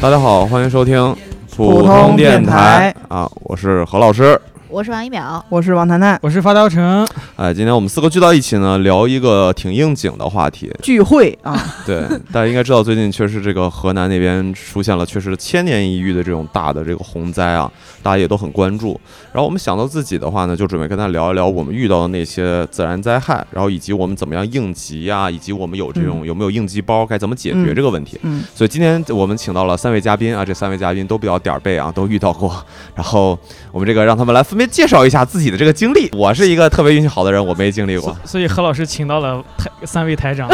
大家好，欢迎收听普通电电台啊，我是何老师。我是王一淼，我是王谈谈，我是发条城，哎，今天我们四个聚到一起呢，聊一个挺应景的话题。聚会啊，对，大家应该知道，最近确实这个河南那边出现了确实千年一遇的这种大的这个洪灾啊，大家也都很关注。然后我们想到自己的话呢，就准备跟他聊一聊我们遇到的那些自然灾害，然后以及我们怎么样应急啊，以及我们有这种有没有应急包，该怎么解决嗯这个问题。嗯，所以今天我们请到了三位嘉宾啊，这三位嘉宾都比较点儿背啊，都遇到过。然后我们这个让他们来分别介绍一下自己的这个经历。我是一个特别运气好的人，我没经历过所。所以何老师请到了台三位台长，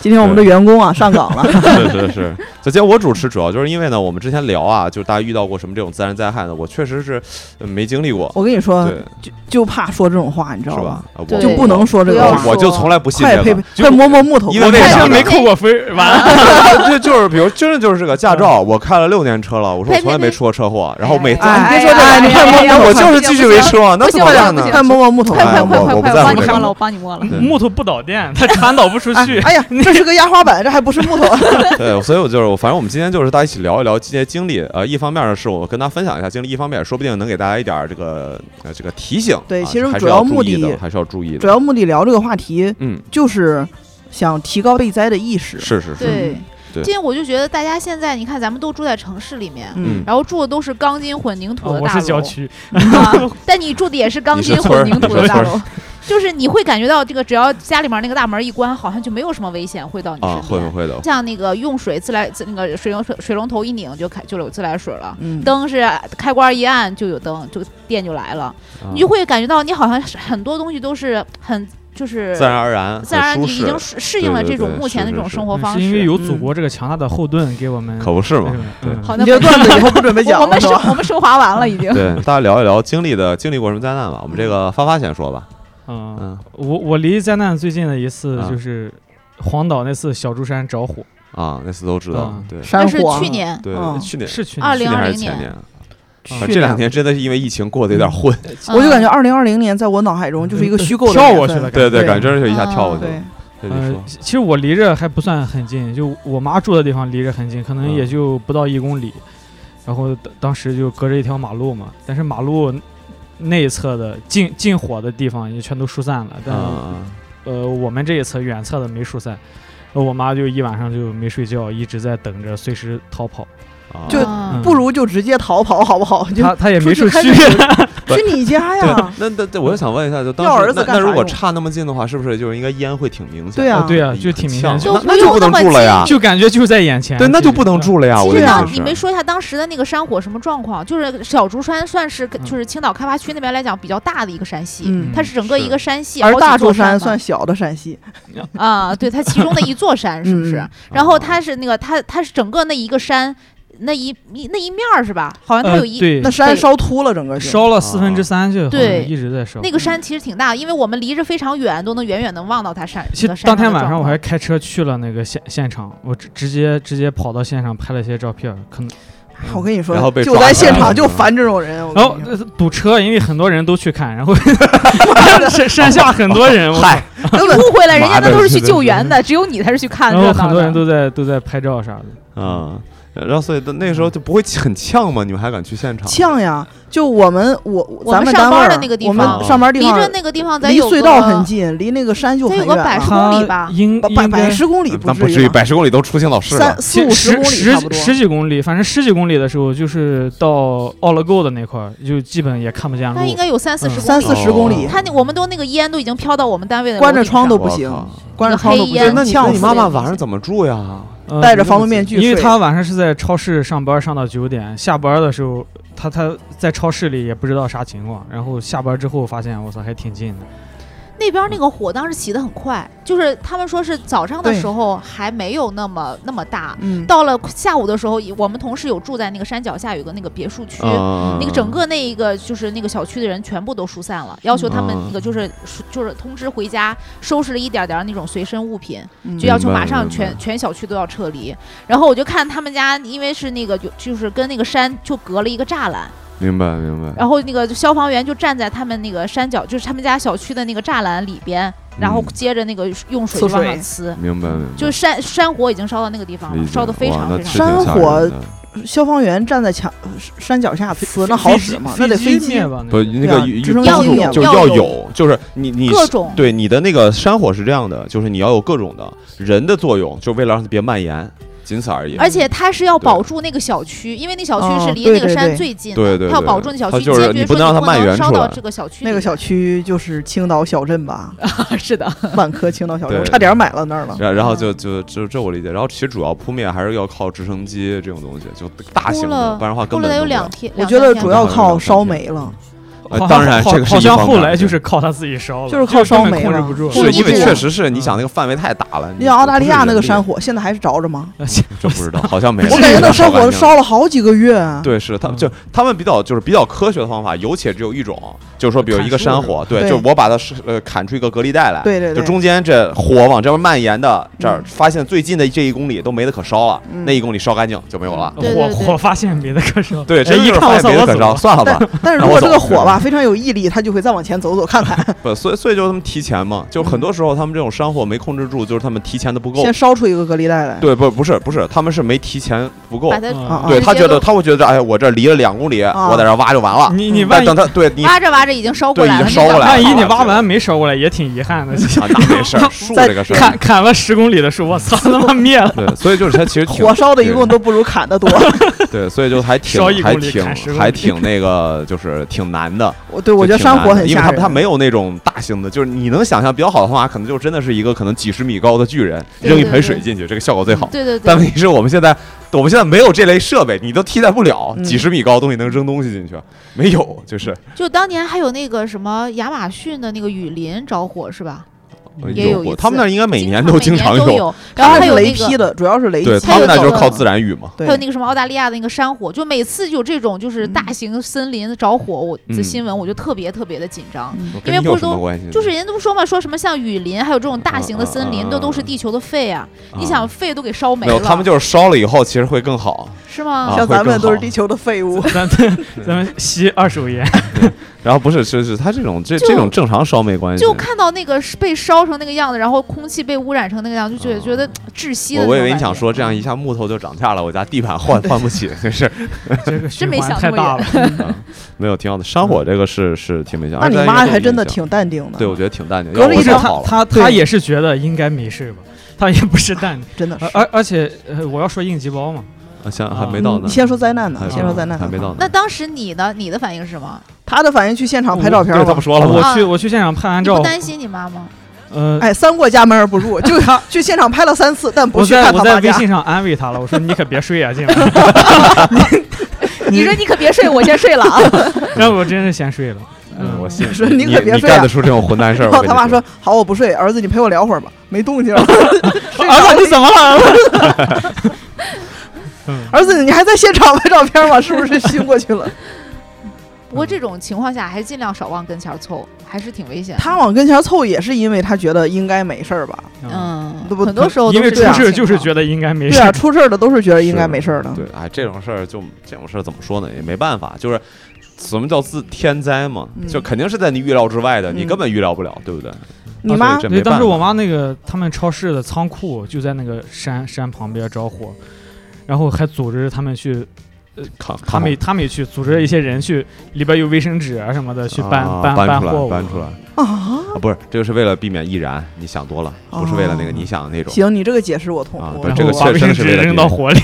今天我们的员工啊上岗了，是是是。所以今天我主持主要就是因为呢，我们之前聊啊，就是大家遇到过什么这种自然灾害呢？我确实是呃没经历过，我跟你说，对，就就怕说这种话，你知是道吧吧？？啊我对就不能说这不个要话，我说我就从来不信快这配个，快摸摸木头，因为快为啥摸真摸没扣过分儿，完了， 就就是比如真的就是这个驾嗯照，我开了六年车了，我说我呸从来呸没呸出过车祸，然后每次哎你别说这个哎你快摸哎呀那摸我木头，就是继续维持啊，那不怎行么不行办呢不？行快摸摸木头，快快哎快我快我不快，在乎帮你这个嗯上了，我帮你摸了。对木头不导电，它传导不出哎去。哎呀，这是个压花板，这还不是木头， 对，所以我就是，我反正我们今天就是大家一起聊一聊这些经历。呃，一方面呢是我跟大家分享一下经历，一方面说不定能给大家一点儿这个呃这个提醒。对啊其实还是主要注目意的的还是要注意的。主要目的聊这个话题嗯，就是想提高被灾的意识，是是是，对，对这样我就觉得大家现在，你看咱们都住在城市里面，嗯嗯，然后住的都是钢筋混凝土哦 的我大是楼郊，区， 啊但你住的也是钢你是筋村儿混凝你土是的大村儿楼，就是你会感觉到这个，只要家里面那个大门一关，好像就没有什么危险会到你啊，身会边。会会的。像那个用水自来自那个水龙水水龙头一拧就开就有自来水了，嗯，灯是开关一按就有灯，就电就来了。啊你就会感觉到你好像是很多东西都是很就是自然而然，自然而然很你舒已经适，适适应了对对这种对目前的是这种是生活嗯方是式。因为有祖国这个强大的后盾给我们，可不是那嘛种？对嗯好，你那这段子以后不准备讲我了们是升吧？我们升华完了已 经。对，大家聊一聊经历的经历过什么灾难吧。我们这个发发先说吧，嗯，嗯我我离灾难最近的一次啊就是黄岛那次小猪山着火，啊，那次都知道嗯，对山那是火，去年，对，嗯去年是去二去零年还是2020前年年？去反正这两年真的是因为疫情过得有点混，我就感觉嗯二零二零年在我脑海中就是一个虚构的跳年过去份了，对对对，感觉真是一下嗯跳过去了对。，对你呃说，，其实我离这还不算很近，就我妈住的地方离这很近，可能嗯也就不到一公里。然后当当时就隔着一条马路嘛，但是马路那一侧的进进火的地方也全都疏散了，但、嗯，呃我们这一侧远侧的没疏散。然后我妈就一晚上就没睡觉，一直在等着随时逃跑。啊就嗯不如就直接逃跑好不好？就她她也没出处去去，对去你家啊呀？ 那那那，我就想问一下，就当要时儿子那干那啥如果用差那么近的话，是不是就是应该烟会挺明显？对啊啊对啊哎就挺明显很呛就那不那就用不那能么住了近啊呀， 就感觉就在眼前。啊对，那就不能住了呀。其我的实意当思你没是，说一下当时的那个山火什么状况，就是小竹山算是跟就是青岛开发区那边来讲比较大的一个山系，嗯，它是整个是一个山系，而好几大座柱山嘛算小的山西，啊，对，它其中的一座山是不是嗯？然哦后它是那个它它是整个那一个山那一一那一面儿是吧？好像它呃有一、对那山烧秃了整个就烧了四啊分之三，就好像对一直在烧。那个嗯山其实挺大的，因为我们离着非常远，都能远远能望到它山。其那个实山当上天的晚上状我况还开车去了那个现现场，我直直接直接跑到现场拍了一些照片儿，可能我跟你说，然后被就抓在起来现场了就烦这种人。我跟然后你说呃堵车，因为很多人都去看，然后山山下很多人，我嗨，根本你误会 了，人妈家的 那都是是去的救援的，只有你才是去看然热后闹很多人的。都在都在拍照啥的。嗯，然后所以那个时候就不会很呛吗？你们还敢去现场？呛呀！就我们我我咱们们上单位班儿的那个地我方们上班地离方着那个地方咱离有隧个道很近，离那个山就咱很有远个百了十他公里吧应百应百该十公里那不不至于，吧百十公里都出青岛市了三。四五十公里十差不多。十几公里，反正十几公里的时候，就是到奥勒够的那块儿，就基本也看不见路那。应该有三四十嗯公三里。四十公里哦，他那我们都那个烟都已经飘到我们单位的关楼着顶窗上都了不我行靠关着窗都不那黑行烟，那你呛那死你死妈妈了晚上怎么住呀？呃戴着防蚊面具因为睡他晚上是在超市上班，上到九点，下班的时候，他他在超市里也不知道啥情况，然后下班之后发现，我操，还挺近的。那边那个火当时起得很快，就是他们说是早上的对时候还没有那么那么大，嗯，到了下午的时候，我们同事有住在那个山脚下有个那个别墅区，哦嗯那个整个那一个就是那个小区的人全部都疏散了，要求他们嗯那个就是就是通知回家，收拾了一点点儿那种随身物品，嗯就要求明白马上明白全全小区都要撤离。然后我就看他们家，因为是那个就就是跟那个山就隔了一个栅栏，明白明白。然后那个消防员就站在他们那个山脚，就是他们家小区的那个栅栏里边，然后嗯接着那个用水呲就往水上呲，明白明白，就是山山火已经烧到那个地方理了，解烧得非哇常那非常是大。挺山吓火人的消防员站在墙山脚下呲，那好使吗？那得飞飞机灭吧？不，那对啊个一直升帮机助也就是要要有有，就是你你各是种对你的那个山火是这样的，就是你要有各种的人的作用，就为了让它别蔓延，仅此而已。而且他是要对保住那个小区，因为那小区哦是离对那个对山对最近的，对对，他要对保住那小它区，就是坚决你不说能让它不蔓能延烧出到来。这个小区里那面。个小区就是青岛小镇 吧，是的，万科青岛小镇，对我差点买了那儿了。然然后嗯就就就这我理解，然后其实主要扑灭还是要靠直升机这种东西，就大哭型的，了不然的话哭根了本得有弄不了两天，我两觉三得天主吧要靠烧煤了，呃好当然好这个是好一像方后面来就对是靠他自己烧了，就是靠烧根本煤控制嘛不住。是是一因为直确的实是你嗯想那个范围太大了。你像澳大利亚那个山火，火，现在还是着着吗？ 这不知道，好像没了。我感觉那山完火全烧了好几个月。啊对，是他们嗯就他们比较就是比较科学的方法，有且只有一种，就是说，比如一个山火，对，对就是我把它是呃砍出一个隔离带来，对对就对，中间这火往这边蔓延的这儿，嗯发现最近的这一公里都没得可烧了，嗯那一公里烧干净就没有了。对对火对火发现别的可烧，对，这哎一就是看发我现操，没我得可走烧，了，算了吧但。但是让如我果这走个是火吧非常有毅力，它就会再往前走走看看，不，所以所以就是他们提前嘛，就很多时候他们这种山火没控制住，就是他们提前的不够先。烧出一个隔离带来。对，不不是不是，他们是没提前不够把。它嗯啊对直他接觉得都他会觉得，哎，我这离了两公里，啊我在这挖就完了。你你嗯万但一等他对你 挖着挖着已经烧过对已来了，经烧那过个来了万一你挖完没烧过来，也挺 遗憾的。啊，那没事儿，树在这个事儿砍，砍了十公里的树，我操，他妈灭了！对，所以就是它其实挺火烧的一共都不如砍的多。对，所以就还挺烧一还公里挺砍十公里还挺那个，就是挺难的。我对我觉得就挺难山的火很因为吓它人。它没有那种大型的，就是你能想象比较好的话，可能就真的是一个可能几十米高的巨人对扔一对盆对水进去，这个效果最好。对对但问对，题是我们现在我们现在没有这类设备，你都替代不了嗯几十米高的东西能扔东西进去，没有，就是就当年还有那个什么亚马逊的那个雨林着火是吧？呃也有过，一他们次那儿应该每年年都经经常有， 有，然它后还是有雷那劈个。的，主要是雷对劈。他们那还儿有就是那靠个自然雨嘛。对还有那个什么澳大利亚的那个山火，就每次有这种就是大型森林着火，我嗯的新闻我就特别特别的紧张。嗯跟因为你有不是什么都关系呢？就是人家都说嘛，说什么像雨林，还有这种大型的森啊啊林，啊这都是地球的肺啊！你啊想肺都给烧没没有，了，他们就是烧了以后其实会更好。是吗啊？像咱会更们都是好地球的废物。咱咱们吸二手烟，然后不是，是是他这种这就这种正常烧没关系。就看到那个是被烧成那个样子，然后空气被污染成那个样子，就觉得啊觉得窒息的我那种感觉。我以为你想说这样一下木头就涨价了，我家地板换换不起，就是这个循真没环想太那么大了。没有挺好的。山火这个是是挺没想，那你而且妈应该还真的有影响挺淡定的，对，我觉得挺淡定。隔了要我一就张好了，他他对也是觉得应该没事吧，他也不是淡定。真的是而。而而且呃我要说应急包嘛，啊行还啊没到呢嗯你，先说灾难呢还，先说灾难。还没到。呢。那当时你呢？你的反应是什么？他的反应去现场拍照片嗯对，他吧不。说了吗？我去我去现场拍完你照不，担心你妈 吗？呃，哎，三过家门而不入，就他去现场拍了三次，但不我去在看我他在爸微家。 信上安慰他了，我说你可别睡啊，进来。你说你可别睡，我先睡了啊！然后我真是先睡了，嗯嗯我信 说你你可别你睡啊干得出这种混蛋事儿。然我后跟 他你爸说：“好，我不睡，儿子，你陪我聊会儿吧。”没动 静了。儿子你怎么了？儿子嗯儿子，你还在现场拍照片吗？是不是熏过去了？ 不过这种情况下还是尽量少往跟前儿凑，还是挺危险的。他往跟前凑也是因为他觉得应该没事儿吧？嗯，嗯，对不很多时候因都为是出这样事情就是况觉得应该没对事啊，，出事儿的都是觉得应该是没事儿的。对，哎，这种事儿就这种事儿怎么说呢？也没办法，就是什么叫自天灾嘛，嗯就肯定是在你预料之外的，你嗯根本预料不了，对不对？你啊妈所以这对，没当办时法我妈那个他们超市的仓库就在那个山山旁边着火，然后还组织他们去，扛他扛们他们也去组织了一些人去，里边有卫生纸啊什么的去搬啊搬搬出来，货物，搬出来。啊，啊，不是，这个是为了避免易燃，你想多了，不是为了那个你想的那种， 行，你这个解释我通啊我不是然这个后确把卫真生是纸为了扔避到免火里。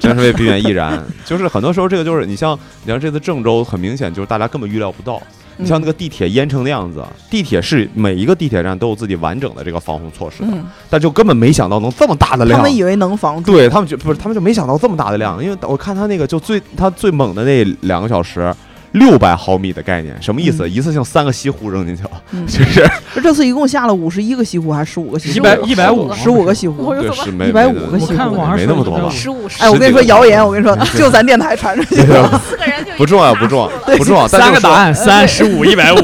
真是为了避免易燃。就是很多时候这个就是你像，你像这次郑州，很明显就是大家根本预料不到。嗯你像那个地铁淹成那样子，地铁是每一个地铁站都有自己完整的这个防洪措施的，嗯，但就根本没想到能这么大的他量。们以为能防住，对他们就不是，他们就没想到这么大的量，因为我看他那个就最他最猛的那两个小时，六百毫米的概念，什么意思？一次性三个西湖扔进去了， 嗯就是 这这次一共下了五十一个西湖还是十五个西湖？一百15一百五，十五个西湖我。又对怎么是没150没那个么西我湖看网上没那么说多吧150十五十 哎，我跟你说十几个嗯谣言，我跟你说，就咱电台传出去的。四个人就不重要不重要不重要，但三就个是说答案，三十五一百五，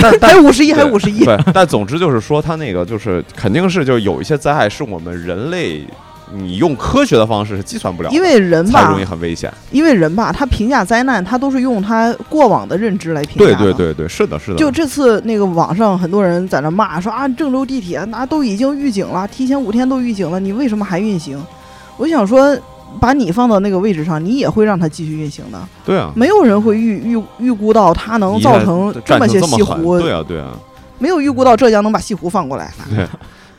但但 还五十一，还对五十一，对，但总之就是说，它那个就是肯定是就是有一些灾害是我们人类你用科学的方式是计算不了的，因为人才吧容易，很危险。因为人吧，他评价灾难，他都是用他过往的认知来评价对的。对对对，是的，是的。啊就这次那个网上很多人在那骂说啊，郑州地铁那、都已经预警了，提前五天都预警了，你为什么还运行？我想说，把你放到那个位置上，你也会让它继续运行的。对啊，没有人会预预预估到它能一造下成战么些么西狠湖，对啊，对 啊，没有预估到浙江能把西湖放过来。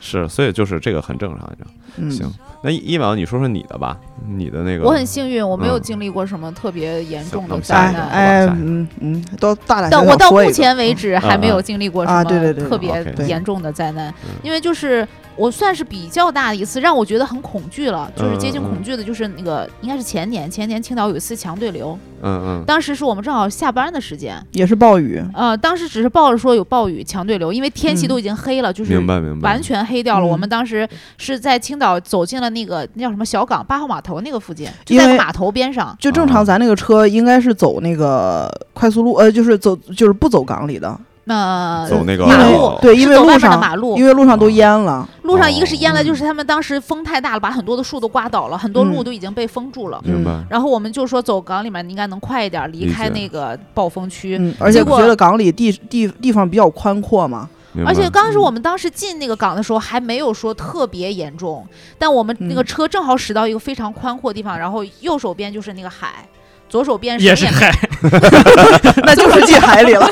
是，所以就是这个很正常。嗯，行，那一一秒你说说你的吧，你的那个，我很幸运，我没有嗯经历过什么特别严那重我的们下灾一哎个哎，难。好吧下一个嗯嗯，都大胆地但想我到说一目个嗯前为止还没有经历过什啊么对对对特别嗯 OK 严重的灾难嗯，因为就是我算是比较大的一次，让我觉得很恐惧了，就是接近嗯嗯嗯恐惧的，就是那个应该是前年，前年青岛有一次强对流，嗯嗯当时是我们正好下班的时间，也是暴雨，呃，当时只是报着说有暴雨、强对流，因为天气嗯都已经黑了，就是明白明白，完全黑掉了。嗯我们当时是在青岛走进了那个那叫什么小港八号码头那个附近，就因为在码头边上。就正啊常咱那个车应该是走那个快速路，呃，就是走就是不走港里的，那走那个呃马因路为，对，因为是走外路面的上马路因，为路上都淹啊了，路上一个是淹了，嗯就是他们当时风太大了，把很多的树都刮倒了，很多路嗯都已经被封住了。明白，然后我们就说走港里面应该能快一点离开理解那个暴风区。嗯，而且结果觉得港里地地地方比较宽 阔嘛，明白啊而且当时嗯我们当时进那个港的时候还没有说特别严重，但我们那个嗯车正好驶到一个非常宽阔的地方，然后右手边就是那个海，左手边也什是么海，那就是进海 里了，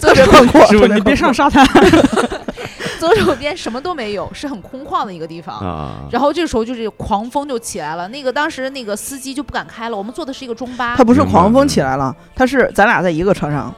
特别宽阔，师傅特别你别上宽阔沙滩，左手边什么都没有，是很空旷的一个地方。啊，然后这时候就是狂风就起来了，那个当时那个司机就不敢开了。我们坐的是一个中巴他，不是明白狂明风白起来了，他是咱俩在一个车上，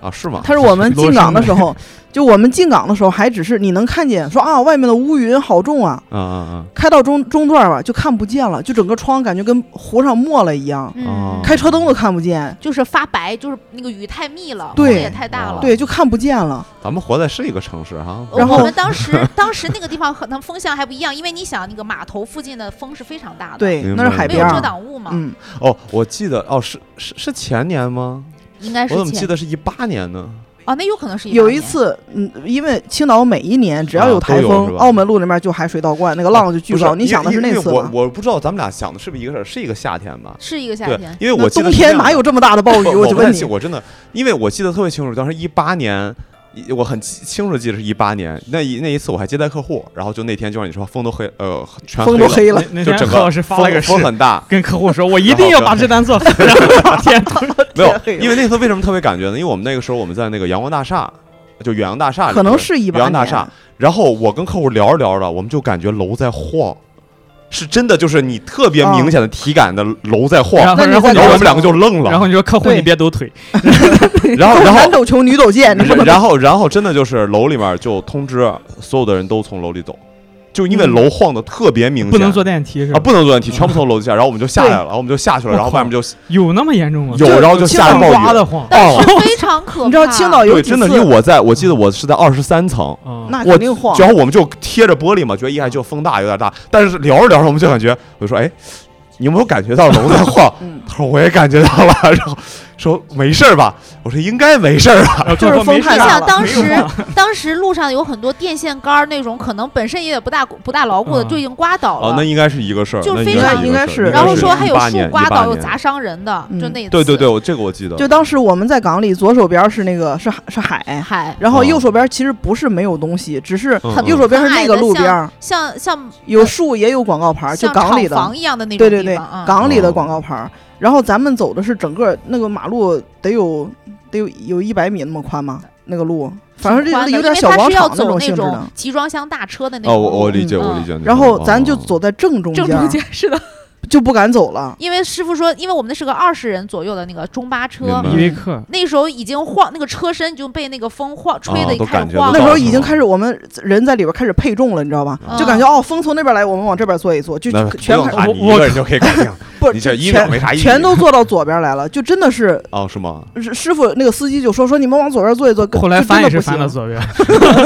啊是吗？他是我们罗进港的生时候，就我们进港的时候还只是你能看见说啊外面的乌云好重啊，啊啊开到中中段吧就看不见了，就整个窗感觉跟湖上没了一样，哦嗯，开车灯都看不见，就是发白，就是那个雨太密了，对风也太大哦了。对，就看不见了。啊，咱们活在是一个城市哈，呃然后我们 当时当时那个地方和他们风向还不一样，因为你想那个码头附近的风是非常大的，，对明，那是白海没明边有白遮儿，挡物嘛，嗯，哦，我记得哦是是是前年吗？应哎该是我怎么前记得是一八年呢？哦，那有可能是有一一八年次，嗯，因为青岛每一年只要啊有都台有是风，吧啊澳门路那边就海水倒灌，那个浪就巨不是高。你因为想的是因为那次我吧？我不知道咱们俩想的是不是一个事儿，是一个夏天吧？是一个夏对天，，因为那我记得冬是这天样哪的有这么大的暴雨？不哦就不太问清 你，我真的，因为我记得特别清楚，当时一八年，一我很清清楚记得是一八年，那一那一次我还接待客户，然后就那天就像你说风都黑，呃，全风黑都了黑了那，那就天整何个老师发了个誓风，很 大，跟客户说，我一定要把这单做好，然后当天没有天黑，了因为那次为什么特别感觉呢？因为我们那个时候我们在那个阳光大厦，就远洋大厦里边，可能是一远八洋大厦 年。然后我跟客户聊着聊着，我们就感觉楼在晃，是真的，就是你特别啊明显的体感的楼在晃，然后那你然后再然后我聊们两个就愣了，然后你说客户对你别抖腿，然后 然后男。抖穷，女抖贱，你哎这么然后，然后真的就是楼里面就通知所有的人都从楼里走，就因为嗯楼晃的特别明显，不能坐嗯电梯是啊，吧？不能坐电梯，全部从楼底下，然后我们就下来了，然后我们就下去了，我然后靠外面就有那么严重吗？有，然后就下着青岛刮暴雨，的慌，但哦是非常可怕。你知道青岛有对，几次真的，因为我在我记得我是在二十三层，嗯那我肯定晃，？然后我们就贴着玻璃嘛，觉得一还就风大有点大，但是聊着聊着我们就感觉，我就说哎，你有没有感觉到楼在晃嗯，他说我也感觉到了，然后说没事儿吧？我说应该没事儿吧？然后就客户是风没太事儿你大想了当没有时晃， 当时路上有很多电线杆儿那种，可能本身也不大不大牢固的，嗯就已经刮倒了。哦，那应该是一个事儿，就那非应该常一个事儿应该是然后是说还有18树年刮18倒，有年砸伤人的，就嗯那次。对 对对，我这个我记得，就当时我们在港里，左手边是那个是海是海，海然后哦右手边其实不是没有东西，只是嗯很嗯右手边是那个路边儿，像像有树也有广告牌儿，就像港里厂的，房一样的那种对对地对方啊，。港嗯里的广告牌儿。然后咱们走的是整个那个马路得有得有有一百米那么宽吗？那个路，反正这宽的有因点为小它广是要场那走种那性质种的。集装箱大车的那哦，种路。我我理解，嗯我理解。然后咱就哦走在正中 正间，中间是的，就不敢走了。因为师傅说，因为我们那是个二十人左右的那个中明巴车白，依维柯，那时候已经晃，那个车身就被那个风晃吹啊的都开感始觉晃得那到时候是已经吗开始，我们人在里边开始配重了，你知道吧？嗯啊就感觉哦，风从那边来，我们往这边坐一坐，就那不全用开喊我你我一个人就可以搞定，不你这一秒全没啥意义。全都坐到左边来了，就真的是哦，是吗？师师傅那个司机就说说你们往左边坐一坐，后来就真翻的也不是翻到行。左边，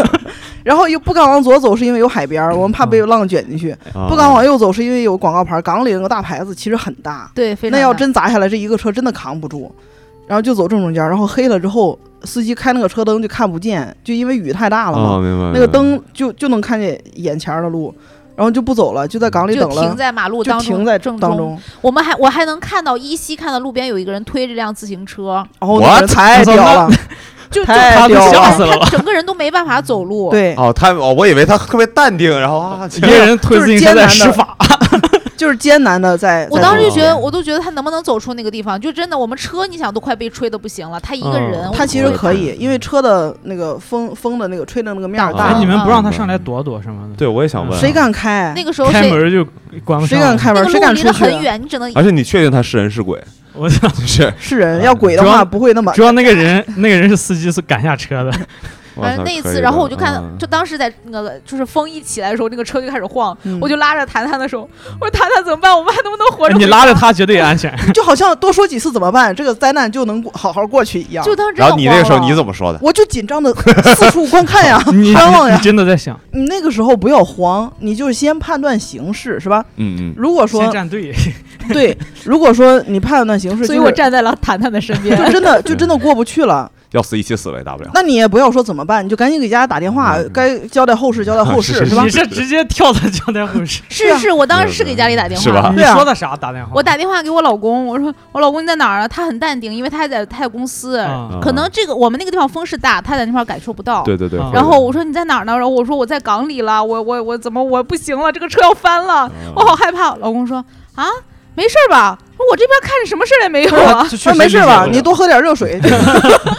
然后又不敢往左走，是因为有海边儿，我们怕被浪卷进去；不敢啊往右走，是因为有广告牌儿，港里有个大牌子，其实很大，对，非常那要大真砸下来，这一个车真的扛不住。然后就走正中间儿，然后黑了之后，司机开那个车灯就看不见，就因为雨太大了嘛。哦，明白。那明白个灯就就能看见眼前儿的路，然后就不走了，就在港里就等停了，在马路就当中，停在正当。中。我们还我还能看到依稀看到路边有一个人推着辆自行车，哦，那个人 What？太屌了，就就太他屌了吓死了他整个人都没办法走路。，对，哦，他哦，我以为他特别淡定，然后啊，一个人推自行车在施法，就是艰难的在。我在当时就走觉得，我都觉得他能不能走出那个地方，就真的我们车，你想都快被吹的不行了，他一个嗯人，他其实可以，嗯因为车的那个风风的那个吹的那个面儿挡大哎，着你嘛，们不让他上来躲躲什么的？对我也想问，嗯啊谁敢开？那个时候开谁门就关不谁啊上。敢？开那门？个谁路敢离出得去？很远，你只能而且你确定他是人是鬼？ 我操！就是，是人要鬼的主话要不会那么 主要那个人，那个人是司机，是赶下车的。反正那一次，然后我就啊看，嗯就当时在那个就是风一起来的时候，那个车就开始晃，嗯我就拉着谭谭的手，我说谭谭怎么办？我们还能不能活哎着？哎你拉着，他绝对安全。 就好像多说几次怎么办，这个灾难就能过好好过去一样。就当时然后你那个时候你么？怎么说的？我就紧张的 四处观看呀， 你张望你呀。真的在想，你那个时候不要慌，你就先判断形势是吧？嗯嗯，如果先说站队，对，如果说你判断形势，所以我站在了谭谭的身边就。是就真的就真的过不去了，要死一起死呗，大不 了。那你也不要说怎么办，你就赶紧给家打电话嗯，该交代后事交代后 是事是是吧你？是直接跳到交代后事。对是啊是，我当时是给家里打电是吧话，你对啊说的啥？打电话。我打电话给我老公，我说我老公你在哪儿啊？他很淡定，因为他还在他在公司，啊可能这个我们那个地方风是大，他在那块儿感受不到。对对对。嗯然然后我说你在哪儿呢？然后我说我在港里了，我我我怎么我不行了？这个车要翻了，嗯我好害怕。老公说啊，没事儿吧？我这边看着什么事儿也没有 啊。就确那实没事理解吧？不你了多喝点 热水，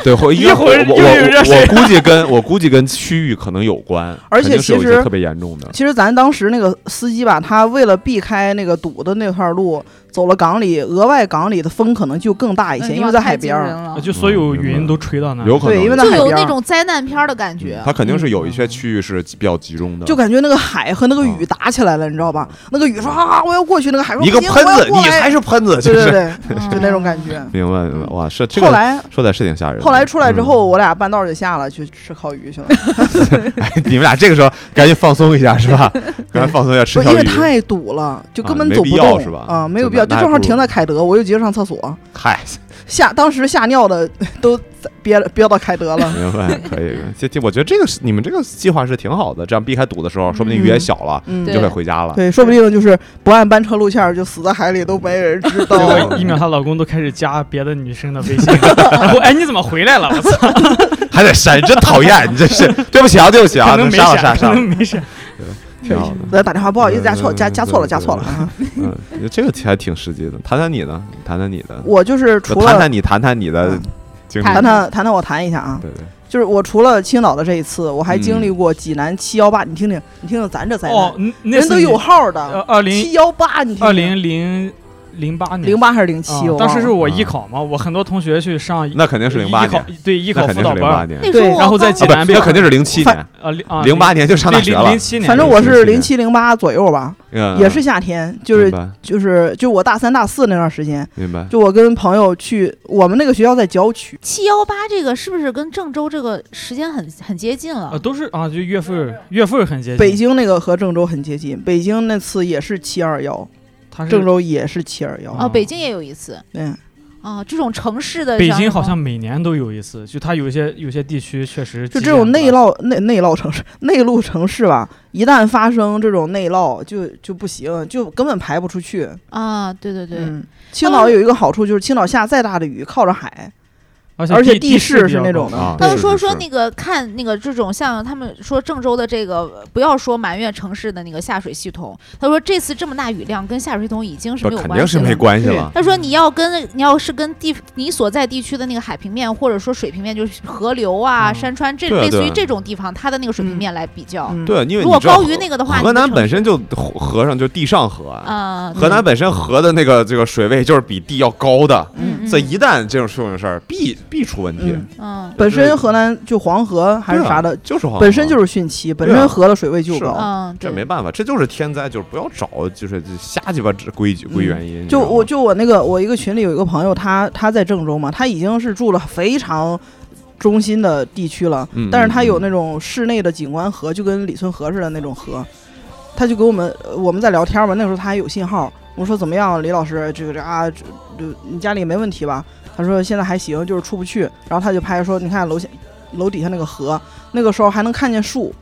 对，或一会儿我就我有热水我估计跟我估计跟区域可能有关，而且肯定是有一其实些特别严重的。其实咱当时那个司机吧，他为了避开那个堵的那块路，走了港里，额外港里的风可能就更大一哎些，因为在海边儿。 儿啊就所有云都吹到那儿，有可能嗯对，因为在就海有边那儿，种灾难片儿的感觉。它肯定是有一些区域是比较集中的。啊嗯就感觉那个海和那个雨打起来了，你知道吧？那个雨说啊，我要过去，那个海说嗯一个不行喷我要子，过你来才是喷子，就 对对是对，嗯就那种感觉。明白明白。哇，是这后个嗯来说的是挺吓人的。后来出来之后，我俩半道儿就下了，去吃烤鱼去了，嗯， 你们俩这个时候赶紧放松一下，是 吧？赶紧放松一下，吃不是条因为鱼。太堵了，就根本啊没走必不要动，是吧啊，没有真必的要，就那正还好不如停在凯德，我又急着上厕所，嗨，吓，当时吓尿的都憋憋到凯德了。明白，可以。这这，我觉得这个是你们这个计划是挺好的，这样避开堵的时候，说不定雨也小了，嗯，你对就可以回家了。对，说不定就是不按班车路线儿就死在海里都没 人知道。结果一秒，她老公都开始加别的女生的微信， 然后哎你怎么回来了？我操，还得删，真讨厌！你这 是对不起啊，对不起啊，可能没删了闪，删可删能了，没闪。挺好的。 再打电话，不好意思，加错嗯加加错了，加错了。对啊嗯，这个还挺实际的。谈谈你呢？谈谈你的，我就是除谈了谈你，谈谈你的嗯经历。谈谈谈谈我谈一下啊，对对，嗯就是我除了青岛的这一次，我还经历过济南七幺八，你听听，你听听咱这灾哦难，，那那人是都你有号呃的，二七零幺八，你听二听，零零零八年零八还是零七？啊我当时是忘了我艺考嘛，我很多同学去上那肯定是零八艺考年，，对艺那考肯辅定导是零八班，年，那啊时候对我然后在刚济不，南被那肯定是零七年，呃零啊零八年就上大对学零了零。七年，反正我是零零七零八左右吧，嗯也是夏天，就是就是就我大三大四那段时间，明白。就我跟朋友去，我们那个学校在郊区，七幺八这个是不是跟郑州这个时间很很接近了呃？都是啊，就月份儿月份儿很接近。北京那个和郑州很接近，北京那次也是七二幺，它是郑州也是七二幺，啊，北京也有一次嗯，啊，这种城市的北像京什好么像每年都有一次，就它有一些有些地区确实就积这种压内比较涝内内涝城市、内陆城市吧，一旦发生这种内涝，就就不行，就根本排不出去。啊，对对对，嗯，青岛有一个好处就是青岛下再大的雨，靠着海，大，而而且且地势势是那种高啊的，他们是说是说是那个看那个这种像他们说郑州的这个不要说埋怨城市的那个下水系统，他说这次这么大雨量跟下水系统已经是不没有肯关定系是了。没关系嗯了，他说你要跟你要是跟地你所在地区的那个海平面或者说水平面，就是河流啊、嗯山川这对啊类似对于啊这种地方，它的那个水平嗯面来比较。嗯，对，因为如你果知道高于那个的话，河你的南城本身就河河上就地上河嗯啊，啊，河南本身河的那个这个水位就是比地要高的，嗯所以一旦这种这种事儿必必出问题嗯。嗯本身河南就黄河还是啊啥的，就是黄河本身就是汛期，本身河的水位就是高。嗯，这对没办法，这就是天灾，就是不要找就是瞎鸡巴归归原因。你知嗯就道吗我就我那个我一个群里有一个朋友，他他在郑州嘛，他已经是住了非常中心的地区了，嗯但是他有那种室内的景观河，就跟李村河似的那种河，他就给我们呃我们在聊天嘛，那时候他还有信号，我说怎么样，李老师，这个这啊，这这你家里没问题吧？他说现在还行，就是出不去，然后他就拍说，你看楼下楼底下那个河，那个时候还能看见树。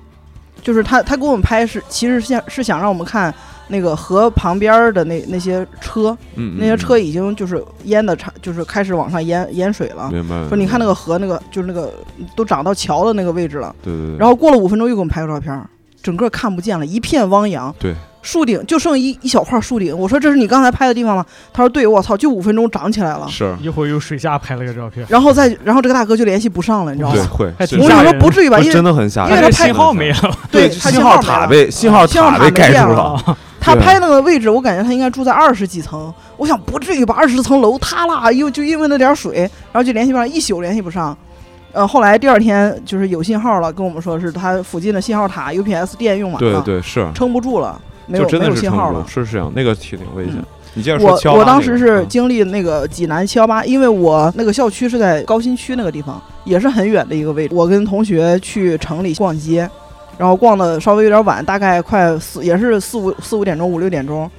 就是他他给我们拍是其实是想是想让我们看那个河旁边儿的那那些车，嗯，那些车已经就是淹的差，就是开始往上淹淹水了。明白。说你看那个河，那个就是那个都涨到桥的那个位置了。对对对，然后过了五分钟又给我们拍个照片儿，整个看不见了，一片汪洋。对，树顶就剩一一小块树顶。我说这是你刚才拍的地方吗？他说对，我操，就五分钟涨起来了。是，一会儿又水下拍了个照片，然后再然后这个大哥就联系不上了，你知道对吗？会，还是挺我吓想说人不至于吧，因为真的很吓因人，为这他拍信号没了，对他信号没塔了被信号信号塔塔被没盖电住了了，他对拍那个位置，我感觉他应该住在二十几层。我想不至于把二十层楼塌啦，又就因为那点儿水，然后就联系不上，一宿联系不上。呃，后来第二天就是有信号了，跟我们说是他附近的信号塔 UPS 电用 完对了，对是，撑不住了，啊没就有真没的有是信撑号不了住，。是是这样，那个挺那个危险嗯。你接着说我敲打那个，我当时是嗯经历那个济南七幺八，因为我那个校区是在高新区那个地嗯方，也是很远的一个位置。我跟同学去城里逛街，然后逛的稍微有点晚，大概快四也是四五四五点钟五六点钟。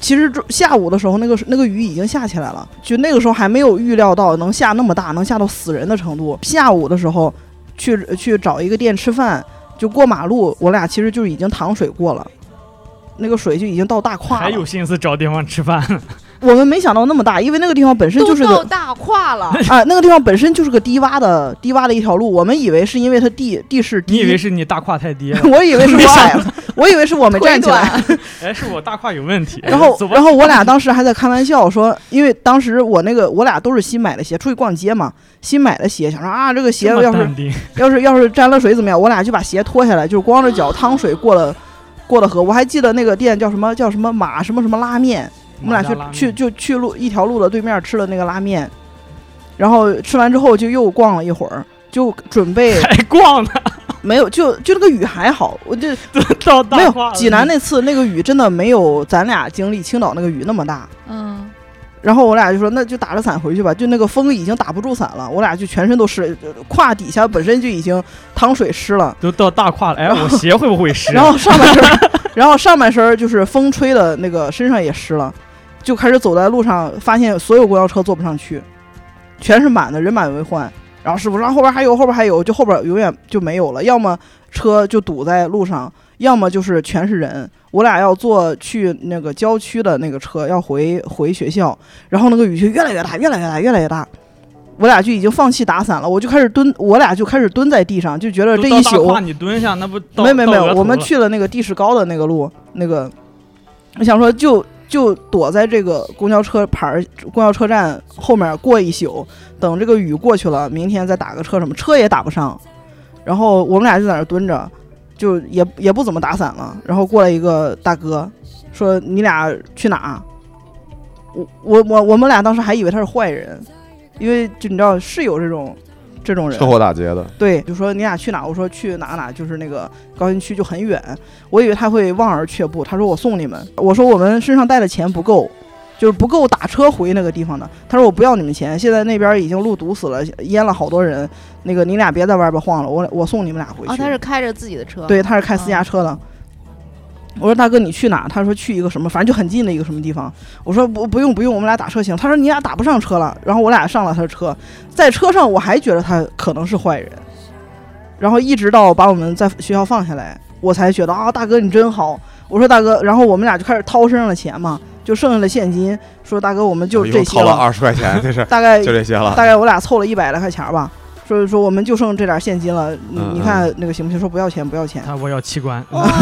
其实这下午的时候，那个那个雨已经下起来了，就那个时候还没有预料到能下那么大，能下到死人的程度。下午的时候去去找一个店吃饭，就过马路，我俩其实就已经淌水过了，那个水就已经到大胯了。还有心思找地方吃饭，我们没想到那么大，因为那个地方本身都就是到个大胯了，啊，那个地方本身就是个低洼的低洼的一条路，我们以为是因为它地地势低，你以为是你大胯太低了？ 我以为是没我想矮了，我以为是我 没腿站起来， 短，哎，是我大胯有问题。然后 走，吧然后我俩当时还在开玩笑说，因为当时我那个我俩都是新买的鞋，出去逛街嘛，新买的鞋，想说啊，这个鞋这么要是淡定要是要是沾了水怎么样？我俩就把鞋脱下来，就是光着脚趟水过了过了河。我还记得那个店叫什么叫什么马什么什么拉面，我们马家拉俩面去去就去路一条路的对面吃了那个拉面，然后吃完之后就又逛了一会儿。就准备 还逛呢，没有，就就那个雨还好，我就到没大胯有了济南那次那个雨真的没有咱俩经历青岛那个雨那么大，嗯，然后我俩就说，那就打着伞回去吧。就那个风已经打不住伞了，我俩就全身都湿，呃胯底下本身就已经淌水湿了，都到大胯了，哎，然后我鞋会不会湿？然后上半身 儿，然后上半身儿就是风吹的那个身上也湿了，就开始走在路上，发现所有公交车坐不上去，全是满的，人满为患。然后师傅说啊后边还有，后边还有，就后边永远就没有了，要么车就堵在路上，要么就是全是人。我俩要坐去那个郊区的那个车，要回回学校，然后那个雨就越来越大，越来越大，越来越大。我俩就已经放弃打伞了，我就开始蹲，我俩就开始蹲在地上，就觉得都这到一大宿胯你蹲下，那不到没没没到额有，头我们了去了那个地势高的那个路，那个我想说就就躲在这个公交车牌儿、公交车站后面过一宿，等这个雨过去了，明天再打个车什么，车也打不上。然后我们俩就在那儿蹲着，就也也不怎么打伞了。然后过来一个大哥，说你俩去哪？啊我我我我们俩当时还以为他是坏人，因为就你知道是有这种这种人，趁火打劫的，对，就说你俩去哪？我说去哪哪，就是那个高新区就很远。我以为他会望而却步，他说我送你们。我说我们身上带的钱不够，就是不够打车回那个地方的。他说我不要你们钱，现在那边已经路堵死了，淹了好多人。那个你俩别在外边晃了，我我送你们俩回去。哦，他是开着自己的车，，对，他是开私嗯家车的。我说大哥，你去哪？他说去一个什么，反正就很近的一个什么地方。我说不不用不用，我们俩打车行。他说你俩打不上车了，然后我俩上了他的车，在车上我还觉得他可能是坏人，然后一直到把我们在学校放下来，我才觉得啊，大哥你真好。我说大哥，然后我们俩就开始掏身上的钱嘛，就剩下的现金，说大哥我们就啊一这共些掏了二十块钱，这是 大概就这些了。大概我俩凑了一百来块钱儿吧，说说我们就剩这点现金了，你嗯你看那个行不行？说不要钱不要钱。他我要器嗯官，哇，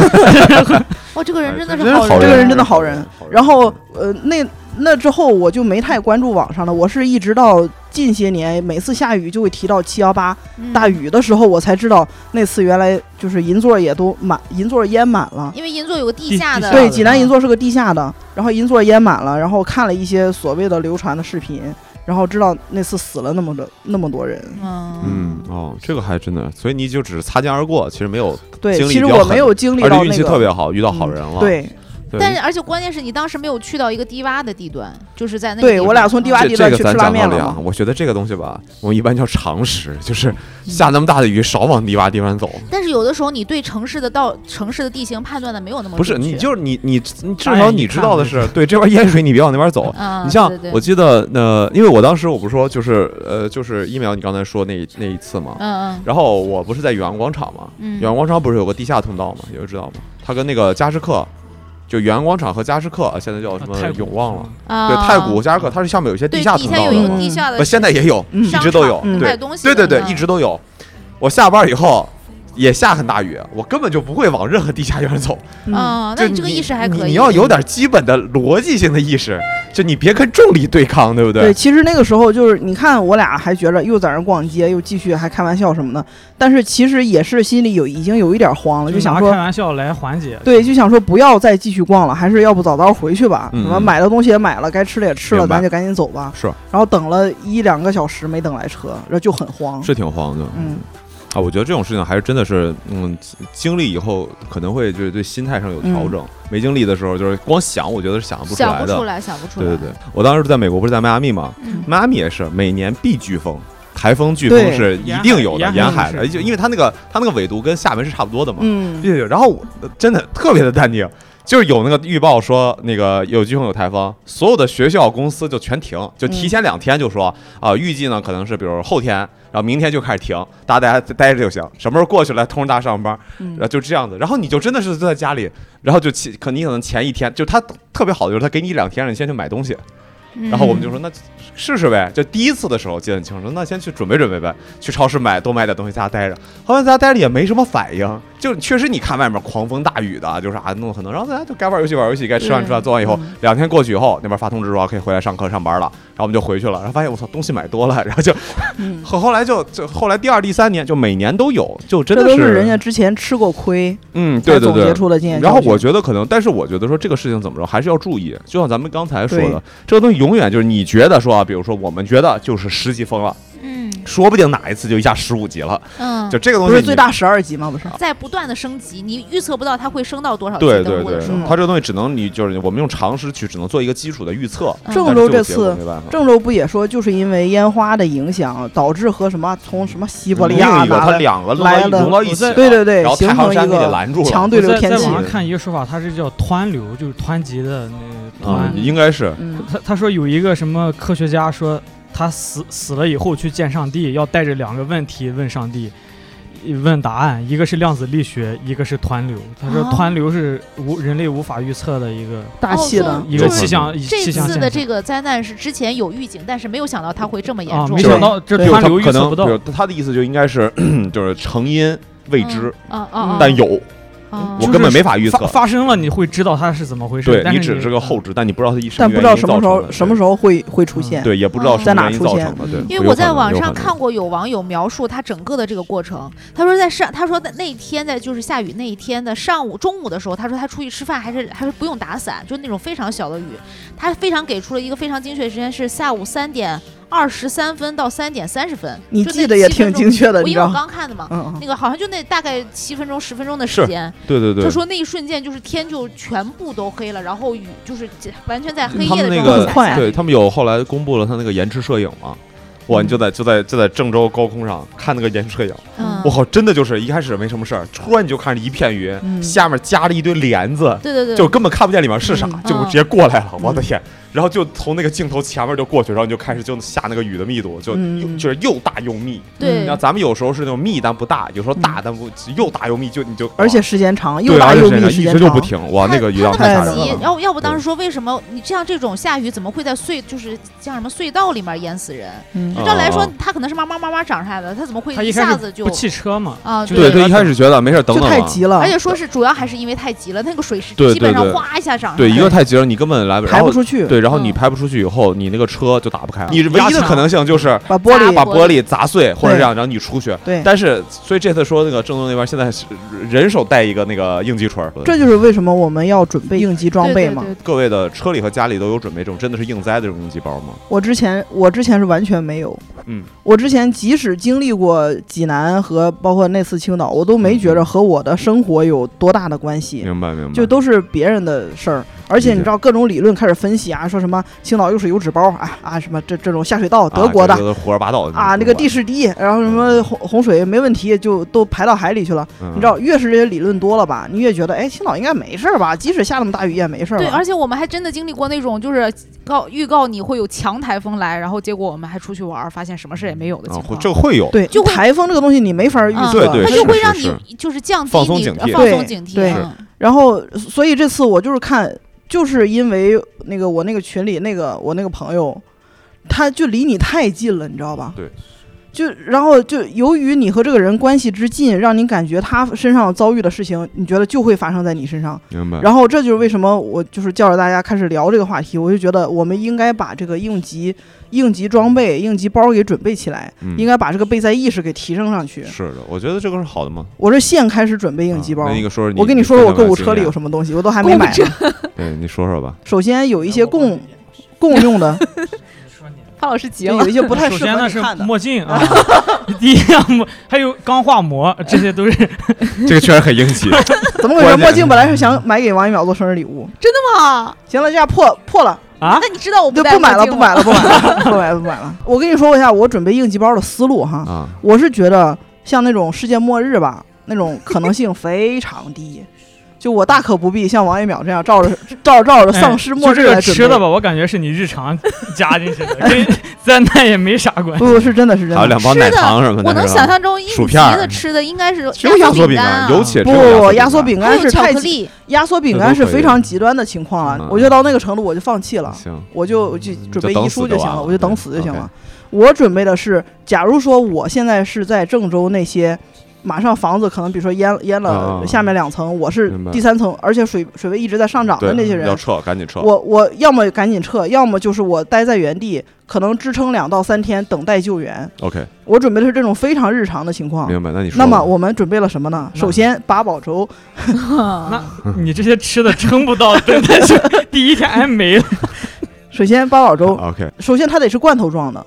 哇，这个人真的哎是真好好这个人人啊真的好人。然后呃，那那之后我就没太关注网上了，我是一直到近些年每次下雨就会提到七幺八嗯大雨的时候，我才知道那次原来就是银座也都满，银座淹满了。因为银座有个地下的，地嗯对，下的济南银座是个地下的，然后银座淹满了，然后看了一些所谓的流传的视频，然后知道那次死了那么多那么多人。嗯，嗯哦，这个还真的，所以你就只是擦肩而过，其实没有，对，经历其实比较我狠没有经历而且到那运个气特别好，遇到好嗯人了。，对，对但是而且关键是你当时没有去到一个低洼的地段，就是在那个对地方我俩从低洼这地这段个去吃咱拉讲道面理了啊嘛。，我觉得这个东西吧，我们一般叫常识，就是嗯下那么大的雨，少往泥洼地方走。但是有的时候你对城市的道、城市的地形判断的没有那么不是准确你，就是你你你至哎少你你知看道的这是，对这边淹水你别往那边走。嗯，你像对对对我记得呃，因为我当时我不是说就是呃就是一秒你刚才说那一那一次嘛，嗯然后我不是在远洋广场嘛，嗯远洋广场不是有个地下通道嘛，有人知道吗？它跟那个嘉士克，就远洋广场和嘉士克现在叫什么啊太古永旺了，嗯啊，对，太古和嘉士克它是下面有一些对地下通以前道有一的，个地下的不现在也有，嗯一直都有，嗯对卖东西对的对对，嗯一直都有。我下班以后也下很大雨，我根本就不会往任何地下院走。嗯，啊，就那你这个意识还可以，嗯你你要有点基本的逻辑性的意识，就你别跟重力对抗，对不对，？其实那个时候就是你看我俩还觉着又在那儿逛街，又继续还开玩笑什么的，但是其实也是心里有已经有一点慌了，就想拿说开玩笑来缓解。对，就想说不要再继续逛了，还是要不早早回去吧。嗯什么买的东西也买了，该吃的也吃了，明白咱就赶紧走吧。是然后等了一两个小时没等来车，然后就很慌。是挺慌的嗯，啊！我觉得这种事情还是真的是，嗯，经历以后可能会就是对心态上有调整。没经历的时候，就是光想，我觉得是想不出嗯想来不的出。来，想不出对来，对对，我当时在美国，不是在迈阿密嘛？嗯迈阿密也是每年必飓风，台风、飓风对是一沿海定有的，沿海沿海是的，嗯就因为它那个它那个纬度跟厦门是差不多的嘛。嗯必须有。然后我呃真的特别的淡定，就是有那个预报说那个有飓风有台风，所有的学校公司就全停，就嗯提前两天就说啊、预计呢可能是比如后天，然后明天就开始停，大家大家待着就行，什么时候过去了通知大家上班，嗯然后就这样子。然后你就真的是在家里，然后就其可你可能前一天就他特别好的就是他给你一两天让你先去买东西，嗯然后我们就说那试试呗，就第一次的时候记得很清楚，那先去准备准备呗，去超市买多买点东西，在家待着。后来在家待着也没什么反应，就确实你看外面狂风大雨的，就是啊弄得很多，然后大家就该玩游戏玩游戏，该吃饭吃饭，做完以嗯后两天过去以后，那边发通知说可以回来上课上班了，然后我们就回去了，然后发现我操东西买多了，然后就 嗯，后后来就就后来第二第三年就每年都有，就真这的都是人家之前吃过亏嗯对才对总对结。出的经验教然训。后我觉得可能，但是我觉得说这个事情怎么着还是要注意，就像咱们刚才说的，这个东西永远就是你觉得说啊，比如说我们觉得就是十级风了，嗯说不定哪一次就一下十五级了，嗯，就这个东不西是你啊最大十二级吗？不是，在不断的升级，你预测不到它会升到多少级对的对路的对时候，，它这个东西只能你就是我们用常识去只能做一个基础的预测，嗯郑但是州最这后结果次。没办法。郑州不也说，就是因为烟花的影响，导致和什么从什么西伯利亚另一个拿它来，两个弄来到一了融到一起了， 对对对然后形太行成山一给你个拦住强了，对流在天在气网上看一个说法，它是叫湍流，就是湍急的那啊湍。，应该是嗯，他他说有一个什么科学家说，他死死了以后去见上帝，要带着两个问题问上帝，问答案，一个是量子力学，一个是湍流。他说哦湍流是无人类无法预测的一个大气的哦，一个这气象这气象次现的象这个灾难是之前有预警，但是没有想到它会这么严啊，重。嗯没想到这对湍流可预测能不到比。如他的意思就应该是 就是成因未知，嗯，啊啊，但有嗯我就是根本没法预测发。发生了，你会知道它是怎么回事。对但你是啊只是个后知，但你不知道它一生但不原知因道什造么时成候的嗯什么时候哦会会出现。对，也不知道是在什么哪原因出造现成的。对嗯，因有为我可能在网有可上能看过有网友描述他整个的这个过程，他说在上，他说在那一天在就是下雨那一天的上午中午的时候，他说他出去吃饭还是还是不用打伞，就那种非常小的雨，他非常给出了一个非常精确的时间是下午三点二十三分到三点三十分，你就那记得也7挺分钟精确的，我你因知道为我吗？刚看的嘛。嗯，嗯那个好像就那大概七分钟十分钟的时是间，对对对，他说那一瞬间就是天就全部都黑了，然后雨就是完全在黑嗯他夜们的那状个态很快下对他们有后来公布了他那个延迟摄影嘛。哇！你就在就在就在郑州高空上看那个延迟摄影，嗯我靠，真的就是一开始没什么事儿，突然你就看着一片云，嗯下面夹着一堆帘子，对对对，就根本看不见里面是啥，嗯就直接过来了，我的天！然后就从那个镜头前面就过去，然后你就开始就下那个雨的密度，就又嗯就是又大又密。对，你看咱们有时候是那种密但不大，有时候大但不又大又密，就你就而且时间长，又对，大而且又时间密，长时一间直就长不。停，哇，那个雨量他太吓那人么急，了。嗯然后要不当时说为什么你像这种下雨怎么会在隧就是像什么隧道里面淹死人？嗯啊照理来说他可能是慢慢慢慢长上来的，他怎么会他一开下始子就不汽车嘛，啊？就对是他一开始觉得没事，等就等啊太吧。急了，而且说是主要还是因为太急了，那个水是对基本对上对哗一下涨上来。对，一个太急了，你根本来不，然排后不出去，对，然后你嗯排不出去以后，你那个车就打不开。你唯压一的墙可能性就是把玻砸璃把玻玻璃砸碎或者对这样，然后你出去。对。但是，所以这次说那个郑州那边现在是人手带一个那个应急锤，这就是为什么我们要准备应急装对备对嘛。对各位的车里和家里都有准备这种真的是应灾的这种应急包吗？我之前我之前是完全没有，嗯，我之前即使经历过济南和得，包括那次青岛，我都没觉着和我的生活有多大的关系。嗯明白明白，就都是别人的事儿，而且你知道各种理论开始分析啊，说什么青岛又是油纸包啊啊什么这这种下水道，德国的啊这都是嗯胡说八道啊那个地势，势低，然后什么洪洪水没问题，就都排到海里去了。你你知道越是这些理论多了吧，你越觉得哎青岛应该没事儿吧，即使下那么大雨也没事儿对，吧。而且我们还真的经历过那种，就是告预告你会有强台风来，然后结果我们还出去玩儿，发现什么事也没有的啊情会况。这个会有，对，就会台风这个东西你没法儿预嗯测，对对它就是会是让是你就是降低放松你警呃惕放松对警惕。对嗯然后，所以这次我就是看，就是因为那个我那个群里那个我那个朋友，他就离你太近了，你知道吧？对。就然后就由于你和这个人关系之近，让你感觉他身上遭遇的事情，你觉得就会发生在你身上。明白。然后这就是为什么我就是叫着大家开始聊这个话题，我就觉得我们应该把这个应急、应急装备、应急包给准备起来，嗯应该把这个备灾意识给提升上去。是的，我觉得这个是好的嘛。我是现开始准备应啊急包，那你给说说你，我跟你你说说我购物分车享里一下有什么东西，我都还没买呢。对，你说说吧。首先有一些共共用的，潘老师急就了，有一些不太首适先合呢你是看的。墨镜 啊，第一样墨，还有钢化膜，这些都是这个确实很应 急，怎么回事？关键墨镜本来是想买给王一淼做生日礼物，真的吗？行了，这样破破了，啊那你知道我就戴不买墨了，镜不吗买了，不买了，不买了，不买了。我跟你说一下我准备应急包的思路哈，啊，我是觉得像那种世界末日吧，那种可能性非常低。就我大可不必像王一淼这样照着照着照着丧尸末哎就日这来个准备。吃的吧，我感觉是你日常 加进去的，跟 灾难也没啥关系。不，不是真的是真还有的。两包奶糖什么的，我能是吧想象中应薯急片儿的吃的应该是只有压缩饼干啊，尤其不，压缩饼还干有是哦巧太克极力，压缩饼干是非常极端的情况嗯啊了，我觉得到那个程度我就放弃了，啊行，我就嗯我就准备遗书就行了，我就等死就行就等了。我准备的是，假如说我现在是在郑州那些，马上房子可能比如说淹淹啊了下面两层，我是明白第三层，而且水水位一直在上涨对的那些要人，撤，赶紧撤。我我要么赶紧撤，要么就是我待在原地，可能支撑两到三天等待救援。 OK，我准备的是这种非常日常的情况。明白。那你说吧，那么我们准备了什么呢？首先八宝粥，那你这些吃的撑不到，等但是第一天还没了。首先八宝粥， OK，首先它得是罐头状的，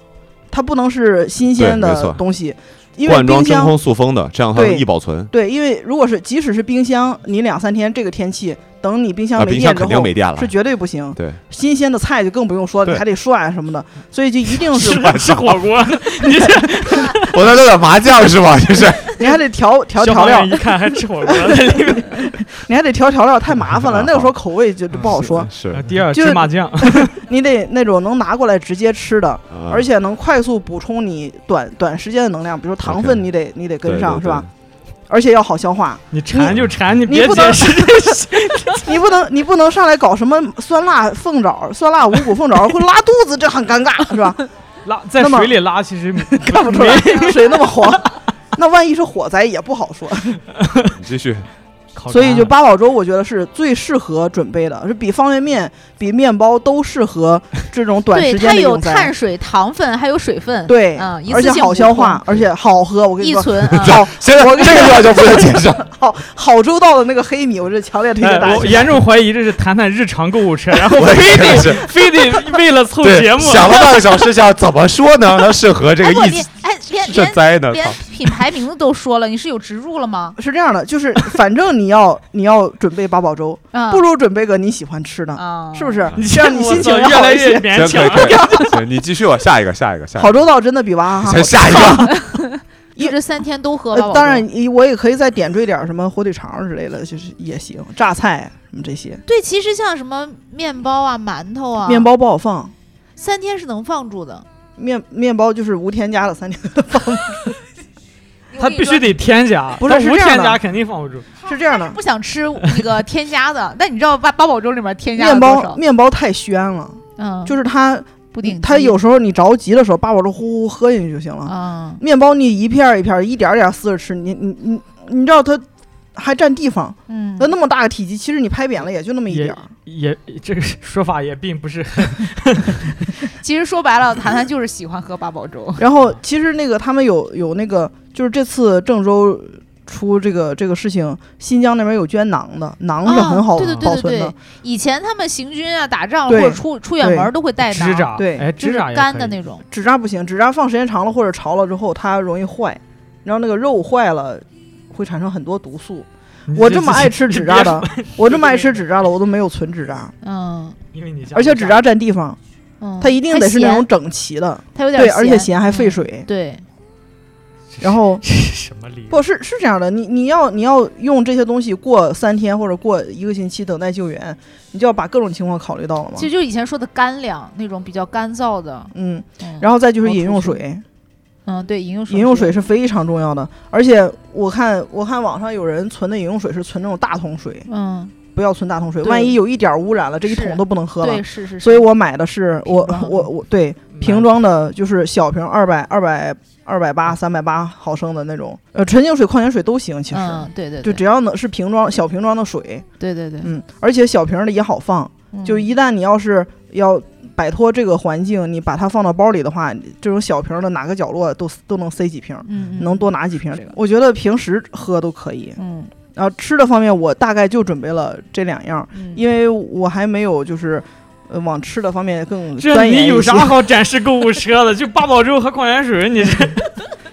它不能是新鲜对没错的东西，因为罐装冰真箱空塑封的，这样它对易保存对，因为如果是即使是冰箱，你两三天这个天气，等你冰啊，箱没冰电箱之肯后定，没电了是。绝对不行。对，新鲜的菜就更不用说了，对你还得涮什么的，所以就一定是 吃吃火锅，你这我再弄点麻酱是 吧？就是你还得调调调消防料员，一看还吃火 锅在里面。你还得调调料，太麻烦了。那个时候嗯好嗯口味就就不好说，是啊，第二就是芝麻酱，你得那种能拿过来直接吃的，嗯而且能快速补充你短短时间的能量，比如说糖 OK 分，你得你得对跟上对是吧？而且要好消化，你馋就馋，你别你不能解释这些。 你不能，你不能上来搞什么酸辣凤爪、酸辣五谷凤爪，会拉肚子，这很尴尬，是吧？拉在那么水里拉其实 看不出来，水那么黄，那万一是火灾也不好说。对你继 续烤所以就干了八宝粥，我觉得是最适合准备的，是比方便面、比面包都适合这种短对时它间的有用餐碳。水、糖分还有水分，对，嗯，一而且次性好补消充化，，而且好喝。我跟你易说，存。嗯好现在我跟你这个地方就不用 解释了。好好周到的那个黑米，我这强 烈推荐大哎，我家。严重怀疑这是谈谈日常购物车，然后我也非觉得是得非得为了凑对节，目， 想了半个小时，想怎么说呢？它适合这哎，我个意连思，哎连这连灾呢？连操品牌名字都说了，你是有植入了吗？是这样的，就是反正你要你要准备八宝粥，啊，不如准备个你喜欢吃的。啊，是不是？你这样你我心情操要越好来一些越。行，勉强。啊可以可以，行，你继续吧，下一个，下一个，下一好周到真的比娃哈 个，哈先好。下一个，一直三天都喝吧。呃我当说然，你我也可以再点缀点儿什么火腿肠儿之类的，就是也行，榨菜什么这些。对，其实像什么面包啊、馒头啊，面包不好放，三天是能放住的。面面包就是无添加的三天。它必须得添加，不是它是无这样添的加肯定放不住。是这样的不想吃那个添加的， 但你知道八八宝粥里面 添加了面多包少？面包太宣了，嗯，就是它布丁鸡，它有时候你着急的时候，八宝粥呼呼喝进去就行了。嗯，面包你一片儿一片儿一点儿点儿撕着吃，你你你你知道它还占地方，嗯那那么大个体积，其实你拍扁了也就那么一点也儿。也这个说法也并不是很其实说白了，谈谈就是喜欢喝八宝粥。然后其实那个他们有有那个，就是这次郑州出这个这个事情，新疆那边有捐馕的，馕是很好啊对对对保对存对的，以前他们行军啊、打仗或对者出出远门都会带指馕，甲，对哎，就指是甲也干可的以那种。纸扎不行，纸扎放时间长了或者潮了之后它容易坏。然后那个肉坏了会产生很多毒素。你我这么爱吃纸扎，的别，我这么爱吃纸扎的，我都没有存纸扎，嗯因为你家而且纸扎占地方，嗯，它一定还得是那咸种整齐的，它有点对，而且咸，咸还费嗯水。对，然后什么理由？不是是这样的，你你要你要用这些东西过三天或者过一个星期等待救援，你就要把各种情况考虑到了嘛其。实就以前说的干粮那种比较干燥的，嗯，嗯，然后再就是好饮储用蓄水，嗯对，饮用水，饮用水，是非常重要的。而且我看我看网上有人存的饮用水是存那种大桶水，嗯，不要存大桶水，对万一有一点儿污染了，这一是桶都不能喝了对，。是是，所以是我买的是我瓶装我我对瓶装的，就是小瓶二百二百二百八三百八毫升的那种，呃，纯净水、矿泉水都行，其实、嗯，对对，就只要能是瓶装小瓶装的水，对对对，嗯，而且小瓶儿的也好放，嗯就一旦你要是要摆脱这个环境，你把它放到包里的话，这种小瓶儿的哪个角落都都能塞几瓶儿，嗯能，多拿几瓶儿。我觉得平时喝都可以。嗯然后吃的方面，我大概就准备了这两样儿，嗯，因为我还没有就是。呃，往吃的方面更这钻研你有一些啥好展示购物车的？就八宝粥和矿泉水，你 这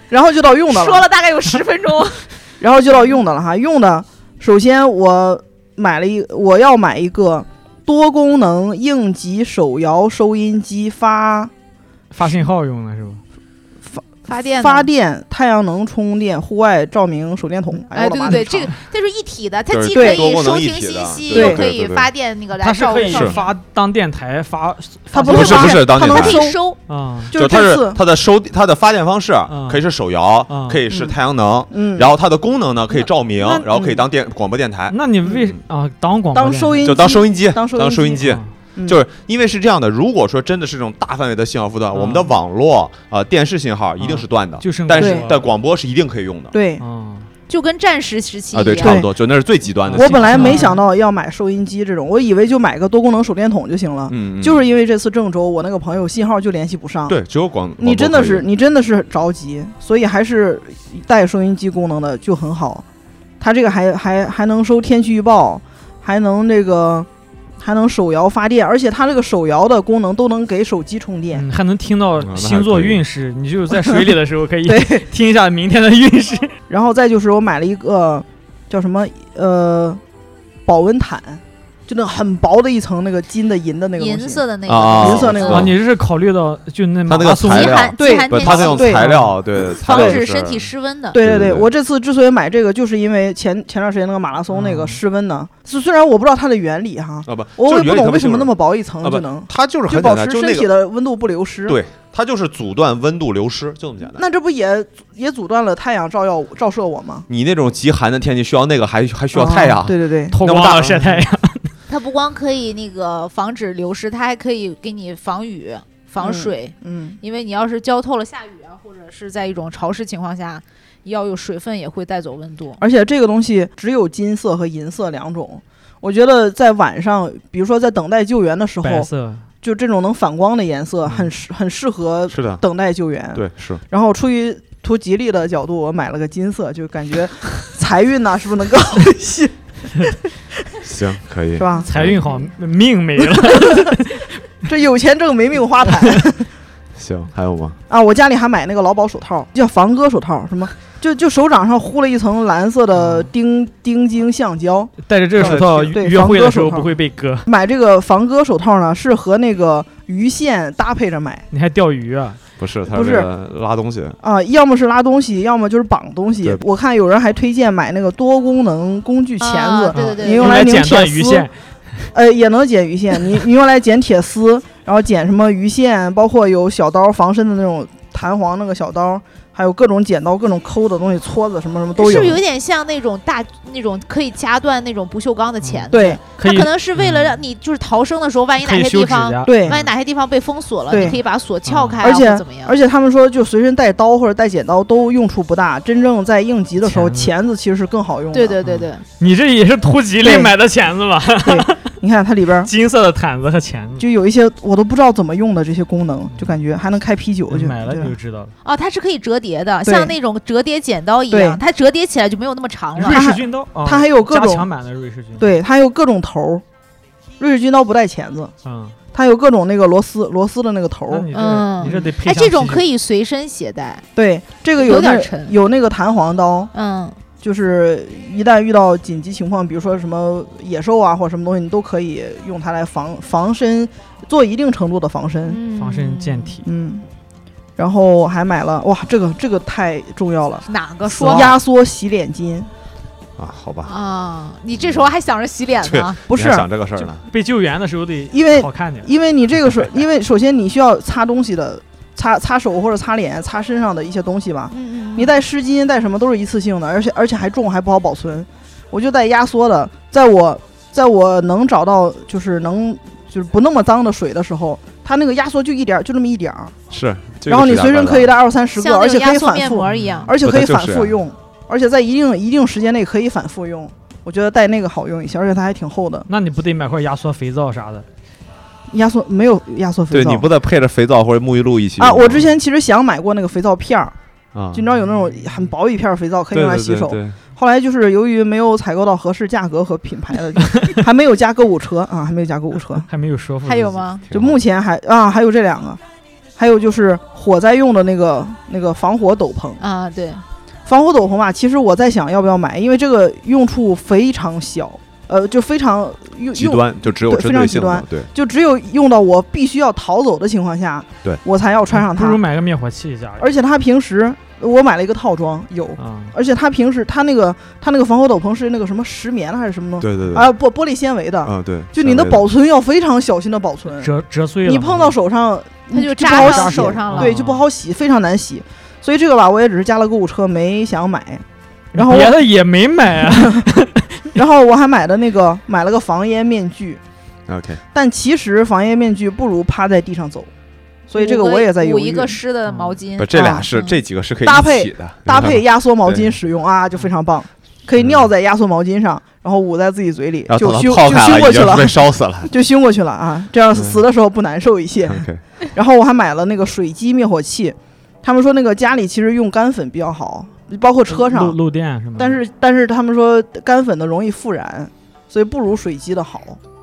然后就到用的说了大概有十分钟，然后就到用的了哈。用的，首先我买了一，我要买一个多功能应急手摇收音机发发信号用的是吧？ 发电发呢。电、太阳能充电、户外照明手电筒。哎哎，呦，我对的妈！对对，这个这是一体的，它就是既对可多以功能收一听体信的息，对又可对以对对发电那个来它是照可顾以上面发当电台发，它不不会是发不电是当它电能台它可收以，收，啊，就它这是次，它的收它的发电方式啊嗯可以是手摇嗯，可以是嗯太阳能，嗯，然后它的功能呢可以照明，那然后可以嗯当电广播电台，那你为啊当广播当电收音就当收音音机，当收当收音音机啊。嗯就是因为是这样的，如果说真的是这种大范围的信号负断，嗯我们的网络呃电视信号一定是断的，就剩啊但是嗯对但广播是一定可以用的对。啊，就跟战时时期一啊，对，样。差不多，就嗯那是最极端的我信我号。本来没想到要买收音机这种，我以为就买个多功能手电筒就行了。嗯，嗯就是因为这次郑州，我那个朋友信号就联系不上。对，只有广你真的是广播你真的是着急，所以还是带收音机功能的就很好。它这个还还还能收天气预报，还能那个还能手摇发电，而且它这个手摇的功能都能给手机充电。嗯，还能听到嗯那还星座可以运势，你就是在水里的时候可以对 听一下明天的运势。然后再就是我买了一个叫什么呃保温毯，就那个很薄的一层那个金的银的那个东西银色的那啊啊个，啊银色那个啊，你这是考虑到就那它那个马拉松材极料寒对极寒可以天不，它是用气，对材料，对，材防料止是身体湿温的。对对对对对我这次之所以买这个，就是因为前前段时间那个马拉松那个嗯室温呢，是虽然我不知道它的原理哈，啊不，我就是也不原理懂它为什么就是那么薄一层啊就不能它就是就很保简单，持就身那个体的温度不流失。对它就是阻断温度流失，就这么简单。那这不也也阻断了太阳照耀照射我吗？ 你那种极寒的天气需要那个还还需要太阳啊，对对对，透那么光大了晒太阳， 它不光可以那个防止流失，它还可以给你防雨、防嗯水，嗯，因为你要是浇透了下雨啊，或者是在一种潮湿情况下，要有水分也会带走温度。而且这个东西只有金色和银色两种。我觉得在晚上，比如说在等待救援的时候白，色就这种能反光的颜色嗯很适很适合是的，等待救援。对是。然后出于图吉利的角度，我买了个金色，就感觉 财运呐、是不是能更好一些，行，可以是。吧？财运好，命没了。这有钱挣没命花坛行，还有吗？啊！我家里还买那个劳保手套，叫防割手套，什么就就手掌上糊了一层蓝色的嗯丁丁晶橡胶， 戴着这个手套对约会的时候防割手套不会被割，买这个防割手套呢，是和那个鱼线搭配着买你还钓鱼啊？不是，它不为是了拉东西，啊、要么是拉东西，要么就是绑东西对。我看有人还推荐买那个多功能工具钳子，啊对对对啊你用用来拧剪断铁鱼丝线，呃，也能剪鱼线，你你用来剪铁丝，然后剪什么鱼线，包括有小刀防身的那种弹簧那个小刀，还有各种剪刀、各种抠的东西、搓子什么什么都是有。不是有点像那种大那种可以夹断那种不锈钢的钳？，对嗯可它以嗯可能是为了让你就是逃生的时候，万一可哪以些修地指方甲，嗯对，万一哪些地方被封锁了，对你可以把锁撬开啊，而且或怎么样？而且他们说就随身带刀或者带剪刀都用处不大，真正在应急的时候，钳子钳子其实是更好用的。对对对对，你这也是突吉利对买的钳子吧？你看它里边 金色的毯子和钳子，就有一些我都不知道怎么用的这些功能，就感觉还能开啤酒，就嗯买了对你吧就知道了。哦，它是可以折叠的，对像那种折叠剪刀一对样，它折叠起来就没有那么长了瑞。它士还军刀，啊它还有各加种强版的瑞士军刀，对，它有各种头儿，瑞士军刀不带钳子，嗯，它有各种那个螺丝螺丝的那个头那儿。你这嗯你这得配哎，上这种啤酒可以随身携带，对，这个有那点沉有那个弹簧刀，嗯就是一旦遇到紧急情况，比如说什么野兽啊或者什么东西，你都可以用它来防防身，做一定程度的防身。嗯防身健。体，嗯，然后我还买了哇，这个这个太重要了，哪个说压缩洗脸巾啊，好吧，啊？你这时候还想着洗脸呢？嗯不你是还，想这个事儿呢？被救援的时候得因为好看点。因为你这 个是因为首先你需要擦东西的，擦擦手或者擦脸、擦身上的一些东西吧。嗯嗯，你带湿巾带什么都是一次性的，而且而且还重还不好保存，我就带压缩的，在我在我能找到就是能就是不那么脏的水的时候，它那个压缩就一点儿就那么一点儿，是，这个然后你是随身大可以概的带二三十个，像而那种且可压以缩反面复膜一样。而且可以不它反就是复用，而且在一定一定时间内可以反复用。我觉得带那个好用一些，而且它还挺厚的，那你不得买块压缩肥皂啥的？压缩没有压缩肥对皂。你不得配着肥皂或者沐浴露一起啊，用我吗之前其实想买过那个肥皂片儿，啊，就你知道有那种很薄一片儿肥皂可以对用来对洗对手。对后来就是由于没有采购到合适价格和品牌的， 还没有加购物车啊，还没有加购 物车。还没有嗯说服。还有？吗？挺就好目前还啊，还有这两个，还有就是火灾用的那个那个防火斗篷。啊，对，防火斗篷吧，其实我在想要不要买，因为这个用处非常小，呃，就非常用极用，端，就只有对针非常对极性的端，对，就只有用到我必须要逃走的情况下，对我才要穿上嗯不如它。买个灭火器家里。而且它平时我买了一个套装，有，嗯啊，而且它平时它那个它那个防火斗篷是那个什么石棉的还是什么东对西？对对，啊，玻玻璃纤维的，啊对，就你稍的微保存要非常小心的保存，折折碎了吗。你碰到手上它就不好扎上洗手上了。对，就不好洗，非常难洗。所以这个吧，我也只是加了购物车，没想买。然后我别的也没买啊。然后我还买的那个买了个防烟面具， OK，但其实防烟面具不如趴在地上走，所以这个我也在捂犹一豫。个湿的毛巾嗯不，，这俩啊是嗯这几个是可以搭一配起的，搭配压缩毛对巾使用啊，就非常棒，可以嗯尿在压缩毛巾上，然后捂在自己嘴里，然后就等熏它泡就开熏了，过已去经了被，烧死了。就熏过去了啊，这样嗯死的时候不难受 一些。 OK，然后我还买了那个水基灭火器，他们说那个家里其实用干粉比较好，包括 车漏上，漏电是吗？但是但是他们说干粉的容易复燃，所以不如水基的好，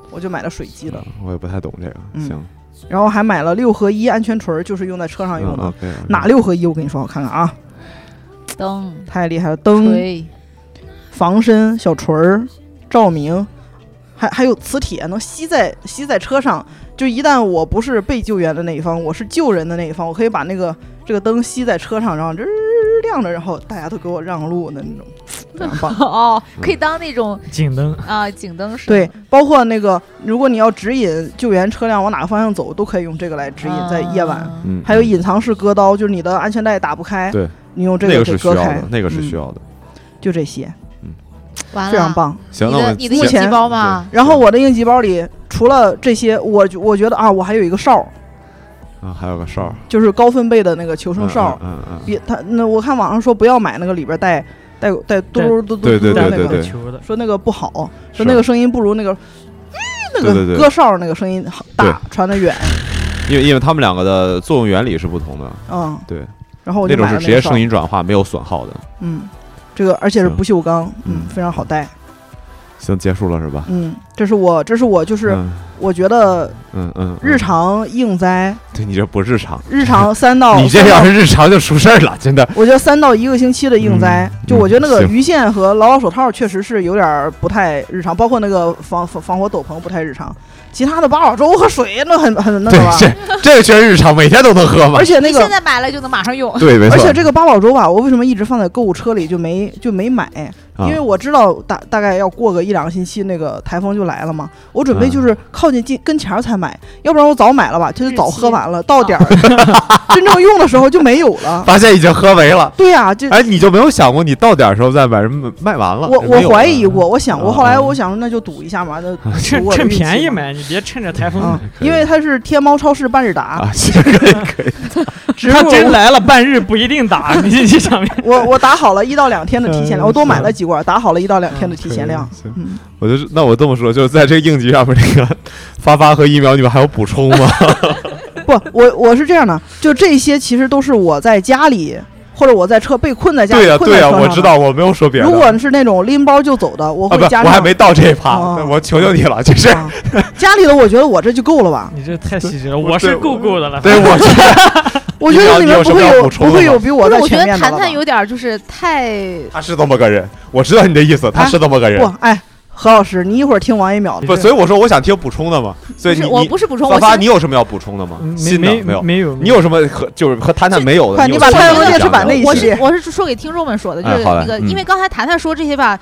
我就买了水基的。我也不太懂这个，嗯行，然后还买了六合一安全锤儿，就是用在车上用的。 OK，哪六合一？我跟你说，我看看啊，嗯灯太厉害了！灯、对，防身小锤儿、照明，还还有磁铁，能吸在吸在车上。就一旦我不是被救援的那一方，我是救人的那一方，我可以把那个这个灯吸在车上，然后吱亮着，然后大家都给我让路的那种，非常棒。 哦，嗯可以当那种警灯啊警灯使对，包括那个，如果你要指引救援车辆往哪个方向走，都可以用这个来指引，在夜晚。啊嗯，还有隐藏式割刀，就是你的安全带打不开，对，你用这那个给是需割要开的，，那个是需嗯要的。就这些，完了，非常。棒。行，你那我的们你的目应前急包吗？然后我的应急包里除了这些，我觉我觉得啊，我还有一个哨儿，啊，还有个哨儿，就是高分贝的那个求不生哨儿，嗯嗯嗯，别他那我看网上说不要买那个里边带带带嘟嘟嘟嘟嘟对对的对那对个，对球的，说那个不好，是说那个声音不如那个。嗯，那对对个对割哨儿那个声音好大，传得远，因为因为他们两个的作用原理是不同的，嗯，对，然后我那就种买了是直那接个哨声儿，音转化，没有损耗的。嗯，这个而且是行不锈钢，嗯嗯，非常好带，行，结束了是吧？嗯，这是我，这是我，就是嗯我觉得嗯嗯，嗯日常应灾，对你这不日常，日常三到嗯你这要是日常就出事儿了，真的。我觉得三到一个星期的应灾，嗯就我觉得那个嗯行鱼线和牢牢手套确实是有点儿不太日常，包括那个防防防火斗篷不太日常，其他的八宝粥和水那很很那对个吧，，这这个确实日常，每天都能喝嘛而。且那你现个。在买了就能马上用。对，没错。而且这个八宝粥吧，我为什么一直放在购物车里就没就没买？啊因为我知道大大概要过个一两个星期，那个台风就来了嘛。我准备嗯就是靠近近跟前儿才买，要不然我早买了吧，就是早日期喝 完了，到点儿 真正用的时候就没有了。发现已经喝没了。对呀、就哎，你就没有想过你到点儿时候再把人卖完了？我哎没有我怀了疑过，我想过，后来嗯我想说那就赌一下嘛， 那趁赌我的趁运气便宜嘛。买，你别趁着台风。啊嗯，可以因为它是天猫超市半日达啊，，这个嗯植他入真来了，半日不一定打。 你你想没？ 我我打好了一到两天的提前量，嗯我多买了几罐，打好了一到两天的提可前以量。行嗯，我就是那我这么说，就是在这个应急上面，这个发发和疫苗，你们还有补 充吗？不，我我是这样的，就这些其实都是我在家里或者我在车被困在家，对呀、困对在呀、车上我的知。道，我没有说别的。如果是那种拎包就走的，我啊，会不，加上。我还没到这一趴，哦我求求你了，就是啊家里的我觉得我这就够了吧。你这太细致了，我我是对够够的了。 对我 去，我觉 得你你有们什么不会要有补充不的会吗有比我不是，在我觉前得面的谈了吧谈有点儿就是太他是这么个人，我知道你的意啊思，他是这么个人。不，哎，何老师，你一会儿听王一淼的，不，所以我说我想听补充的嘛，所不以你是，我你不是补充，发我发，现你有什么要补充的吗？没新的没没有，没有，你有什么和就是和谈谈没有的？快你你有把新的太阳能想电池板讲的那一吗我些是我是说给听众们说的，就哎是好嘞那个，嗯因为刚才谈谈说这些吧，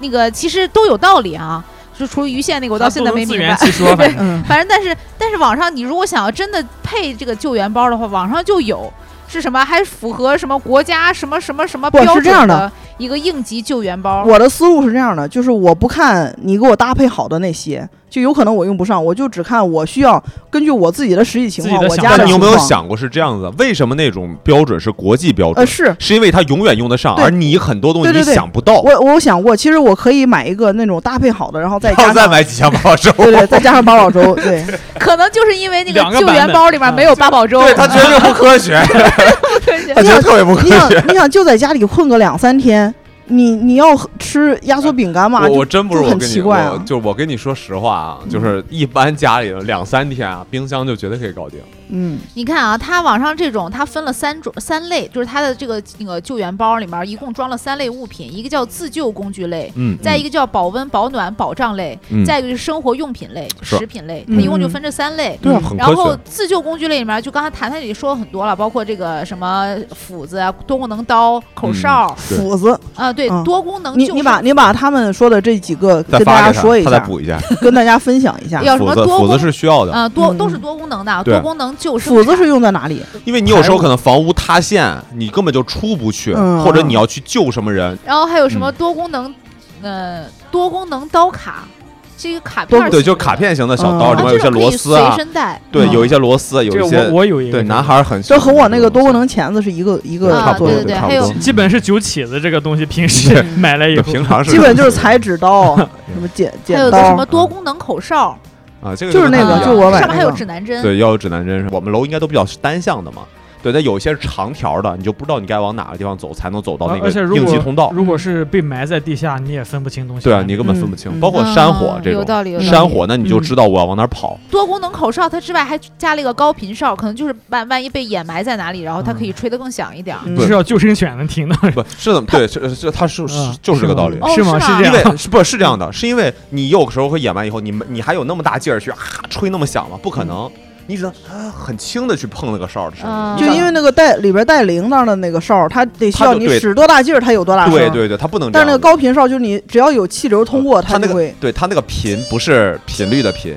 那个其实都有道理啊，就除了于线那个，我我到现在没自明圆白。其 说，反正嗯，反正但是但是网上你如果想要真的配这个救援包的话，网上就有。是什么？还符合什么国家什么什么什么不标是这样准的一个应急救援包？我的思路是这样的，就是我不看你给我搭配好的那些，就有可能我用不上，我就只看我需要根据我自己的实际情自己况，的我想家法的但你有情没有况？想过是这样子？为什么那种标准是国际标准？呃，是是因为它永远用得上，对而你很多东西对你对对想不到，我我想过，其实我可以买一个那种搭配好的，然后再然后加再上。买几箱八宝粥。对对，再加上八宝粥，对，可能就是因为那两个救版援本包里面嗯没有八宝粥，对 他觉得这不科学，呃他觉得特别不科你想学。 你想就在家里混个两三天，你你要吃压缩饼干嘛？我就我真不是就我很跟你，奇怪啊我就是我跟你说实话啊，就是一般家里的两三天啊，冰箱就绝对可以搞定。嗯，你看啊，它网上这种它分了三种三类，就是它的这个那个救援包里面一共装了三类物品，一个叫自救工具类，嗯再一个叫保温保暖保障类，嗯再一个就是生活用品类、是食品类，它嗯一共就分这三类。对啊，嗯很然后科自救工具类里面，就刚才谈谈也说了很多了，包括这个什么斧子啊、多功能刀、嗯口哨啊、学。对，斧子，对，嗯多功能你救你生把你把他们说的这几个再跟发大给家他说一他再下，补 一下。跟大家分享一下。有什斧么子，多斧子功是需要 的，啊、多嗯都是多功能的，啊对多功能救生斧子铲是用在哪里？因为你有时候可能房屋塌陷，你根本就出不去，嗯或者你要去救什么人。然后还有什嗯么多功能，呃，多功能刀卡，这个卡片多儿对，型就的卡片型的小嗯刀，啊，里这面种有一些螺可以丝啊随，身带，对，嗯有一些螺丝，这有个一些我我有一个对这个男孩儿很喜这欢和我那个多功能这钳子是一个一种个东西，啊差不多，对对对差不还有多基本是酒起子这个东西，平时 买了以对后，平常是基本就是裁 纸刀、什么剪还剪有个什刀么。多功能口哨，啊，这个就是嗯那跟个他啊一就样我买上面还那有个指南针，对，要有指南针。我们楼应该都比较单向的嘛。对，但有一些是长条的，你就不知道你该往哪个地方走，才能走到那而个而且如应急果通道。如果是被埋在地下，你也分不清东西。对啊，你根本分不清，嗯包括山火嗯这有种。道理，有道理。山火，那你就知道我要往哪儿跑。多功能口哨它之外还加了一个高频哨，可能就是万万一被掩埋在哪里，然后它嗯可以吹得更响一点儿。嗯你是要救生犬能听到。不是的，对，是是，它是是嗯就是这个道理哦。是是吗？吗这因样为。是不是这样的？是因为你有时候会演完以后，你们你还有那么大劲儿去啊吹那么响吗？不可能，你只能啊很轻的去碰那个哨儿的声音。嗯你就想因为那个带里边带铃铛的那个哨，它得需它要就你对使多大劲儿，它有多大声。对。对对，它不能这但样是那子。个高频哨，就是你只要有气流通过，它那就个会，对它那个频不是频率的频，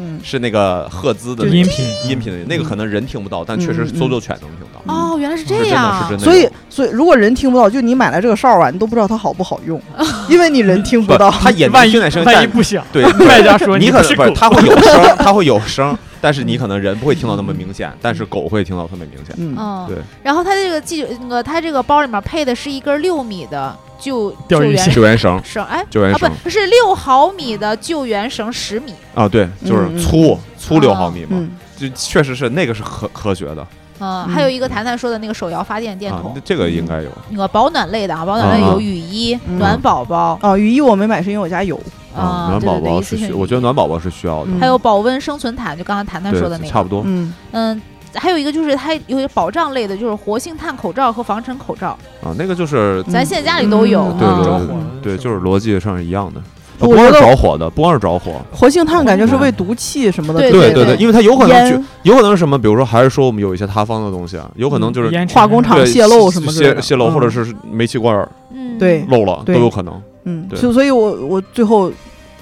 嗯，是那个赫兹的那就个音频音频的那个可能人听不到，但确实嗯嗯搜救犬能听到。哦，原来是是这真的，是样真。的。所以所以如果人听不到，就你买来这个哨啊，你都不知道它好不好 用，因为你人听不，到。它也能万一听见声音，万一但不响， 对，卖家说你你可不能是不狗是，， 它会 有声儿，它会有声儿，但是你可能人不会听到那么明显，但是狗会听到特别明显。 嗯，嗯，对。然后它这个记那个它这个包里面配的是一根六米的救钓救鱼援线救援绳，绳，哎，救援啊绳不是六毫米的救援绳十米，啊，对，就是嗯粗粗六毫哦米嘛，嗯，就确实是那个是科科学的嗯，嗯还有一个谈谈说的那个手摇发电电啊筒，，这个应该有。那个保暖类的啊，保暖类啊啊有雨衣、嗯暖宝宝哦，雨衣我没买是因为我家有，啊，嗯哦对暖宝对对，宝一是次需，性我觉得暖宝宝是需要的，嗯还有保温生存毯，就刚才谈谈说的那对，个，差不多。嗯，嗯，还有一个就是它有一个保障类的，就是活性炭口罩和防尘口罩，啊，那个就是嗯咱现在家里都有嗯对啊对着对火了对，就是逻辑上是一样的，我不光啊是觉得着火的，不光是着火。活性炭感觉是为毒气什么的，对对对对，因为它有可能就烟有可能是什么，比如说还是说我们有一些塌方的东西啊，有可能就是烟尘化工嗯厂对泄漏什么之类泄的泄漏，嗯或者是煤气罐儿嗯，对漏了都对有可能。嗯，对就所以我我最后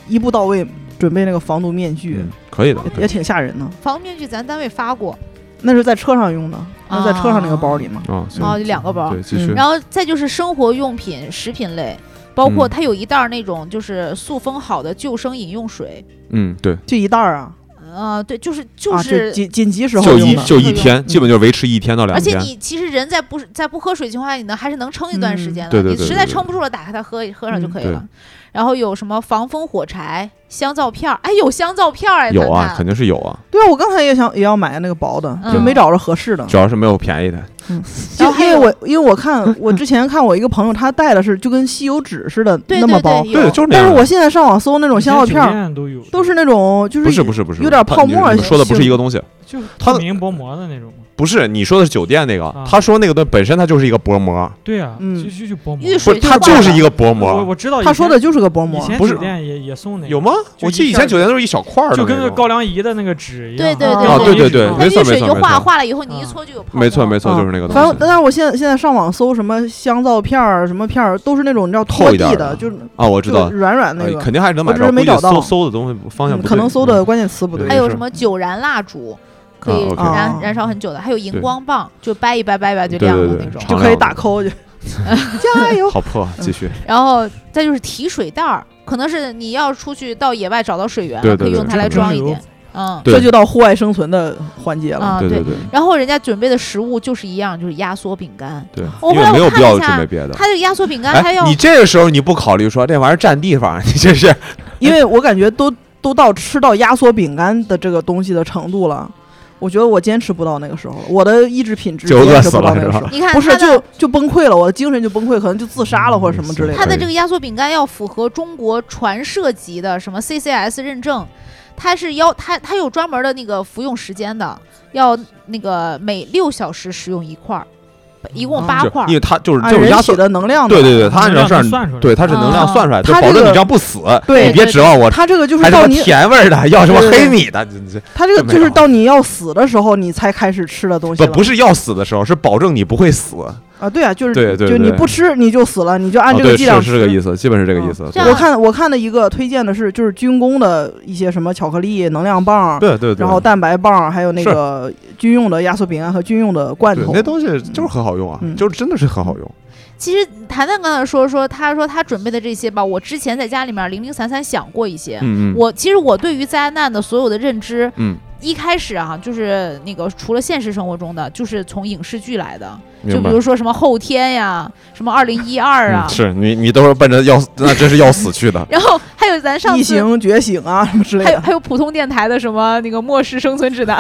一步到位准备那个防毒面具嗯，，可以的，也也挺吓人的。防毒面具咱单位发过，那是在车上用的，那在车上那个包里嘛。啊，然后行，就两个包，对，继续嗯。然后再就是生活用品、食品类。包嗯括它有一袋儿那种就是塑封好的救生饮用水，嗯，对，就一袋儿啊，呃，对，就是啊，是紧紧急时候就用一的。就一嗯天，基本就维持一天到两而且天。你其实人在不在不喝水情况下，你能还是能撑一段时间嗯的。对对对你实对在对撑不住了，打开它喝一喝上就可以了。嗯然后有什么防风火柴、香皂片儿，哎，有香皂片儿哎，有谈啊，谈肯定是有啊，对啊，我刚才也想也要买那个薄的，就嗯没找着合适的。主要是没有便宜的。然就后还因为有 我因为我看我之前看我一个朋友他带的是就跟吸油纸似的对那么对薄，对，有对，就是那但样是的。我现在上网搜那种有香皂片儿，片都有，都是那种就是不是不是不是，有点他泡你沫你说的不是性一个东西，就它的透明薄膜的那种嘛。不是你说的是酒店那个啊，他说那个东西本身它就是一个薄膜，对啊，嗯就就就薄膜。遇不是水它就就坏是了一个薄我膜，我知道以前他说的就是个薄膜以，前不是酒店也也送那个，有吗？就我记得一以片前儿酒店都是一小块儿的那种，就跟那高粱饴的那个纸一样。对对对啊，对对对对，它没遇错没水错就没化，错，化了以后你一嗯搓就有泡沫。没错没错，啊就是那个反东正，西但是我现在现在上网搜什么香皂片儿、什么片儿，都是那种叫厚拖一点地儿的的，就是啊，我知道就，软软那哎个，肯定还是能我买只是没估计找到搜搜的东西方向不嗯对，哎可能搜的关键词不对对。还有是什么酒燃蜡烛，可以啊，OK 燃哦燃烧很久的，还有对荧光棒，就掰一掰掰一掰就对亮对了对那种。就常可以亮打嗯的扣 去，加油！好破，继续，然后再就是提水袋儿，可能是你要出去到野外找到水源对了，对可以对用它这来个装是一有点。嗯，对这就到户外生存的环节了。啊对对对然后人家准备的食物就是一样，就是压缩饼干。哦对，我因后来为没我有看必要一下准备别的。它这个压缩饼干，它哎要，你这个时候你不考虑说这玩意儿占地方，你这是因为我感觉都都到吃到压缩饼干的这个东西的程度了，我觉得我坚持不到那个时候了，我的意志品质就饿坚持死不了到那个是时吧候，你看不是它的就就崩溃了，我的精神就崩溃，可能就自杀了或者什么之类它它的。的这个压缩饼干要符合中国传社级的什么 CCS 认证，它是要它它有专门的那个服用时间的，要那个每六小时食用一块儿，一共嗯八哦就块儿因。为它就是按这种人压体缩，的能量的，对对对，它按照这能量是样，算出来的对，它是能量啊算出来，就它保这证你个这样不死，对你别指望我它这个就是还什到么你，甜味儿的，要什么对对黑对米的，这这它这个没就是有到你要死的时候你才开始吃的东西不了。不是要死的时候，是保证你不会死。啊，对啊，就是对对就你对不吃你就死了，你就按哦这个对，剂是量哦是这个吃意思，基本是这个意思。对这样我看我看的一个推荐的是，就是军工的一些什么巧克力能量棒，对对对，然后蛋白棒，还有那个军用的压缩饼干啊和军用的罐对头那。东西就是很好用啊，嗯就是真的是很好用。其实谈谈刚才说说，他说他准备的这些吧，我之前在家里面零零散散想过一些。嗯嗯，我其实我对于灾难的所有的认知，嗯，一开始啊，就是那个除了现实生活中的，就是从影视剧来的，就明比白。如说什么后天呀，什么二零一二啊。嗯，是你你都是奔着要那真是要死去的 然后还有咱上异次形觉醒啊，什么之类还有的。还有普通电台的什么那个末世生存指南，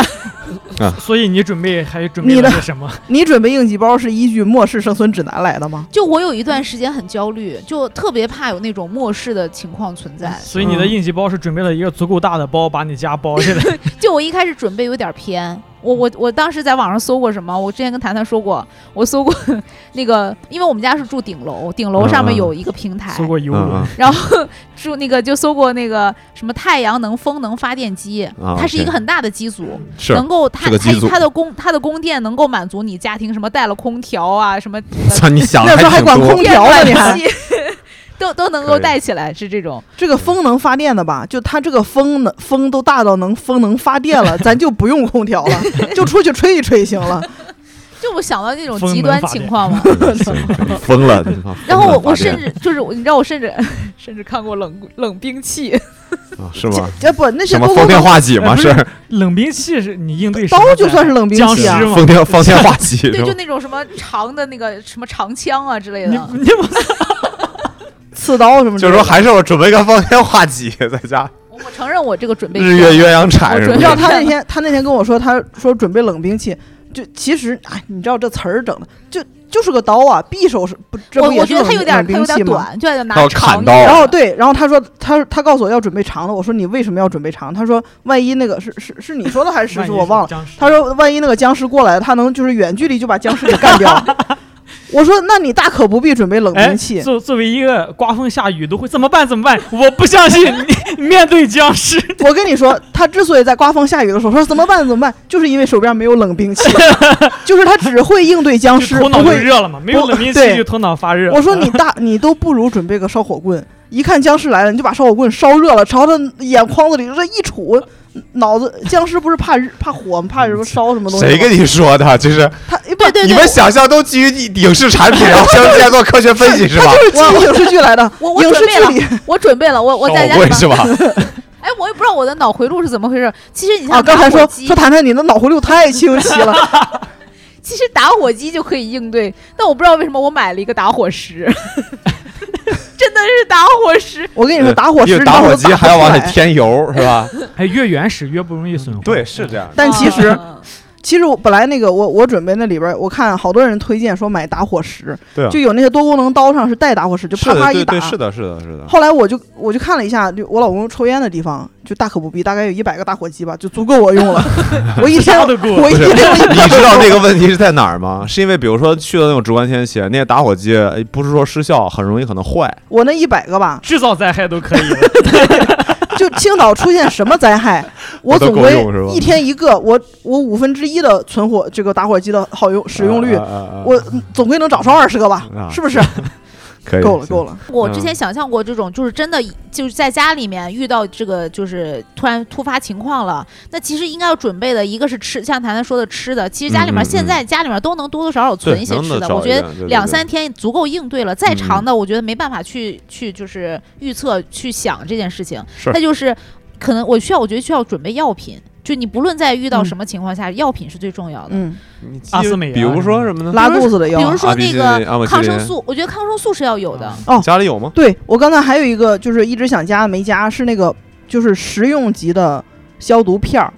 所以你准备还准备你了的些什么？ 你准备应急包是依据《末世生存指南》来的吗？就我有一段时间很焦虑，就特别怕有那种末世的情况 存在。所以你的嗯应急包是准备了一个足够大的包，把你家包起来。 就我一开始准备有点偏，我我我当时在网上搜过什么？我之前跟谈谈说过，我搜过 那个，因为我们家是住顶楼，顶楼上面啊有一个平台，搜过油嗯轮嗯，然后 住那个就搜过那个什么太阳能风能发电机，啊它是一 OK 个很大的机组，是能够它是个它机组它的供它的供电能够满足你家庭什么带了空调啊 什么操，你想的那时候还挺管多空。调呢，你还 都都能可够以带起来，是这种。这个风能发电的吧？就它这个风能风都大到能风能发电 了，咱就不用空调了，就出去吹一吹行了。就我想到那种风极能端发情电 况嘛，你疯 了！你他妈然后疯了我发我甚电至就是我你知道我甚至甚至看过冷冷兵器，啊是吗？这不那些什么都放电都话机吗？哎不是是冷兵器是你应对什么刀就灾算是冷兵僵器啊尸。吗？放电放 电话机对，是就吗？那种什么长的那个什么长枪啊之类你的。你不刺刀什么之就是类说的？还是我准备个放电话机，在家我我承认我这个准备日缺月鸳鸯我铲什准么你知道的。他那天他那天跟我说，他说准备冷兵器，就其实哎，你知道这词儿整的就就是个刀啊，匕首是不这我不也我是觉得冷它有点冷它兵有器点吗？短，就得拿要砍长一刀点然后的对，然后他说他他告诉我要准备长的，我说你为什么要准备长？他说万一那个是是是你说的还是万是一我忘了。僵尸他说万一那个僵尸过来，他能就是远距离就把僵尸给干掉。我说那你大可不必准备冷哎，兵器。作作为一个刮风下雨都会怎么办？怎么 办？我不相信你面对僵尸，我跟你说，他之所以在刮风下雨的时候说怎么办怎么办，就是因为手边没有冷兵 器，就是他只会应对 僵就尸，头脑不就会热了嘛，没有冷兵器对就头脑发热。我说你大，你都不如准备个烧火棍，一看僵尸来了，你就把烧火棍烧热了，朝他眼眶子里这一杵，脑子僵尸不是怕日怕火吗？怕什么烧什么东西吗？谁跟你说的？就是他？哎不对对你对们，想象都基于影视产品，然后相互在做科学分析是吧 他？就是基于影视剧来的，我我影视准备了剧里我准备了，我我在家我里也是面，吧？哎，我也不知道我的脑回路是怎么回事。其实你像啊，刚才打火说机说谈谈你的脑回路太清晰了， 其实打火机就可以应对，但我不知道为什么我买了一个打火石，这 真的是打火石，我跟你说，打火因石为打火都机打不还要往里出来添油，是吧？还哎越原始越不容易损坏。嗯对，是这样。但其实，嗯啊其实我本来那个我我准备那里边儿，我看好多人推荐说买打火石，对啊就有那些多功能刀上是带打火石，就啪是啪的，一对打。对，是的，是的，是的。后来我就我就看了一下，就我老公抽烟的地方，就大可不必，大概有一百个打火机吧，就足够我用 了。我一天啥都够我一不是天用 你知道那个问题是在哪儿吗？ 是因为比如说去到那种直观天气，那些打火机哎不是说失效，很容易可能坏。我那一百个吧，制造灾害都可以了。就青岛出现什么灾 害，我总我归都够用是吧一天一个，我我五分之一的存活这个打火机的好用使用率啊，啊啊啊我嗯总归能找上二十个吧啊，是不是？可以够了够了。我之前想象过这种，就是真的就是在家里面遇到这个就是突然突发情况了，那其实应该要准备的一个是吃，像谈谈说的吃的，其实家里嗯嗯面嗯现在家里面都能多多少少存对，一些能吃得的，找我一觉得点对嗯对两对三天足够应对了，再长的我觉得没办法去去就是预测去想这件事情，是那就是可能我需要我觉得需要准备药品，就你不论在遇到什么情况下，药品是最重要的。嗯，你记阿斯美啊比如说什么呢？拉肚子的比药啊如说阿比那西个林阿莫西抗生林素，我觉得抗生素是要有的。哦家里有嗯吗？对我刚才还有一个就是一直想加的没加，是那个就是食用级的消毒片儿，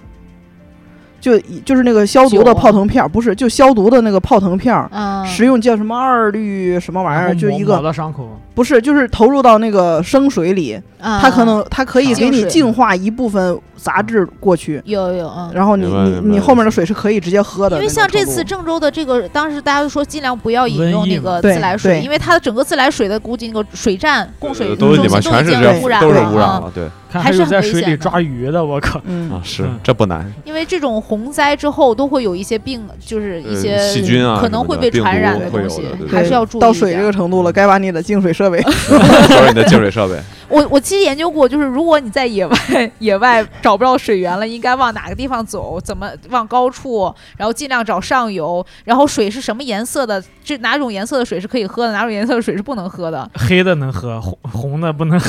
就一就是那个消毒酒的啊泡腾片儿，不是就消毒的那个泡腾片儿，嗯，食用叫什么二氯什么玩意然儿，后就抹一抹个到伤口，不是就是投入到那个生水里，它它可能它可以给你净水净化一部分杂质过去，有有嗯。然后你明白你明白你后面的水是可以直接喝的因那为种像程度。这次郑州的这个，当时大家都说尽量不要饮用瘟疫那个嘛对自来水，对因为它的整个自来水的估计那个水站供水呃都中是里心面已经全是这有样污染都是了污染啊嗯了，对看还还是有很在危水险里的抓鱼的，我靠！嗯啊，是嗯这不 难。因为这种洪灾之后都会有一些病，就是一呃些细菌啊可能什么会的被病传毒染的会东有西的对，还是对要注意到一嗯水下这个程度了，该把你的净水设备 都是你的净水设 备，啊我我其实研究过，就是如果你在野外 野外找不到水源了，应该往哪个地方走？怎么往高处？然后尽量找上游。然后水是什么颜色的？这哪种颜色的水是可以喝的？哪种颜色的水是不能喝的？黑的能喝，红红的不能喝。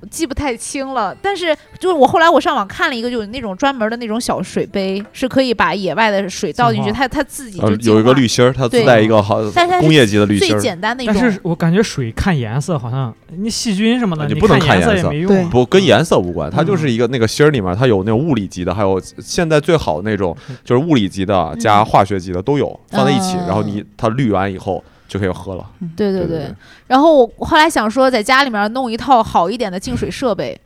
我记不太清了。但是就是我后来我上网看了一个，就有那种专门的那种小水杯，是可以把野外的水倒进去，净化它它自己呃就净化有一个滤芯儿，它自对带一个好但是它是工业级的滤芯最儿，简单的一但种。是我感觉水看颜色，好像你细菌什么的，啊你你不能看看颜也色没用啊。不跟颜色无关，它就嗯是一个那个芯儿里面它有那种物理级的，还有现在最好那种就是物理级的加化学级的都有放在一起，嗯然后你它滤完以后就可以喝了。对对对对。然后我后来想说，在家里面弄一套好一点的净水设备。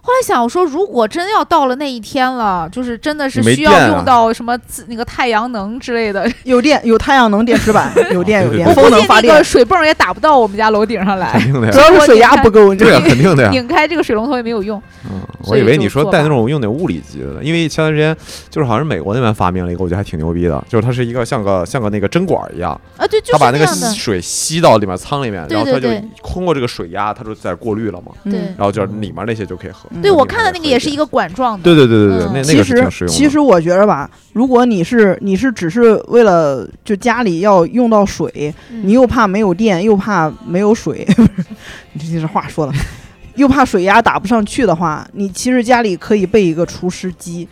后来想，我说如果真要到了那一天了，就是真的是你没需电啊要用到什么自那个太阳能之类的，有电有太阳能电池板，有电 有对对电对，风估 能计发那电个，水泵也打不到我们家楼顶肯上来，定的主呀，要是水压不够，你知道 对啊吗呀，肯定的 呀。拧开这个水龙头也没有用。嗯，我所以以为就你说做带那吧种用那物理级的，因为前段时间就是好像是美国那边发明了一个，我觉得还挺牛逼的，就是它是一个像个像个那个针管儿一样，啊，对，就它是把那个样的。水吸到里面仓里面，对然后它对就对通过这个水压，它就在过滤了嘛，对嗯然后就是里面那些就可以喝。嗯里对我面看的那个也是一喝个管状的，对对对对对，嗯那那其个是挺实实用的。其实我觉着吧，如果你是你是只是为了就家里要用到水，嗯你又怕没有电，又怕没有水， 你这是话说的， 又怕水压打不上去的话，你其实家里可以备一个除湿机，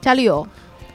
家里有，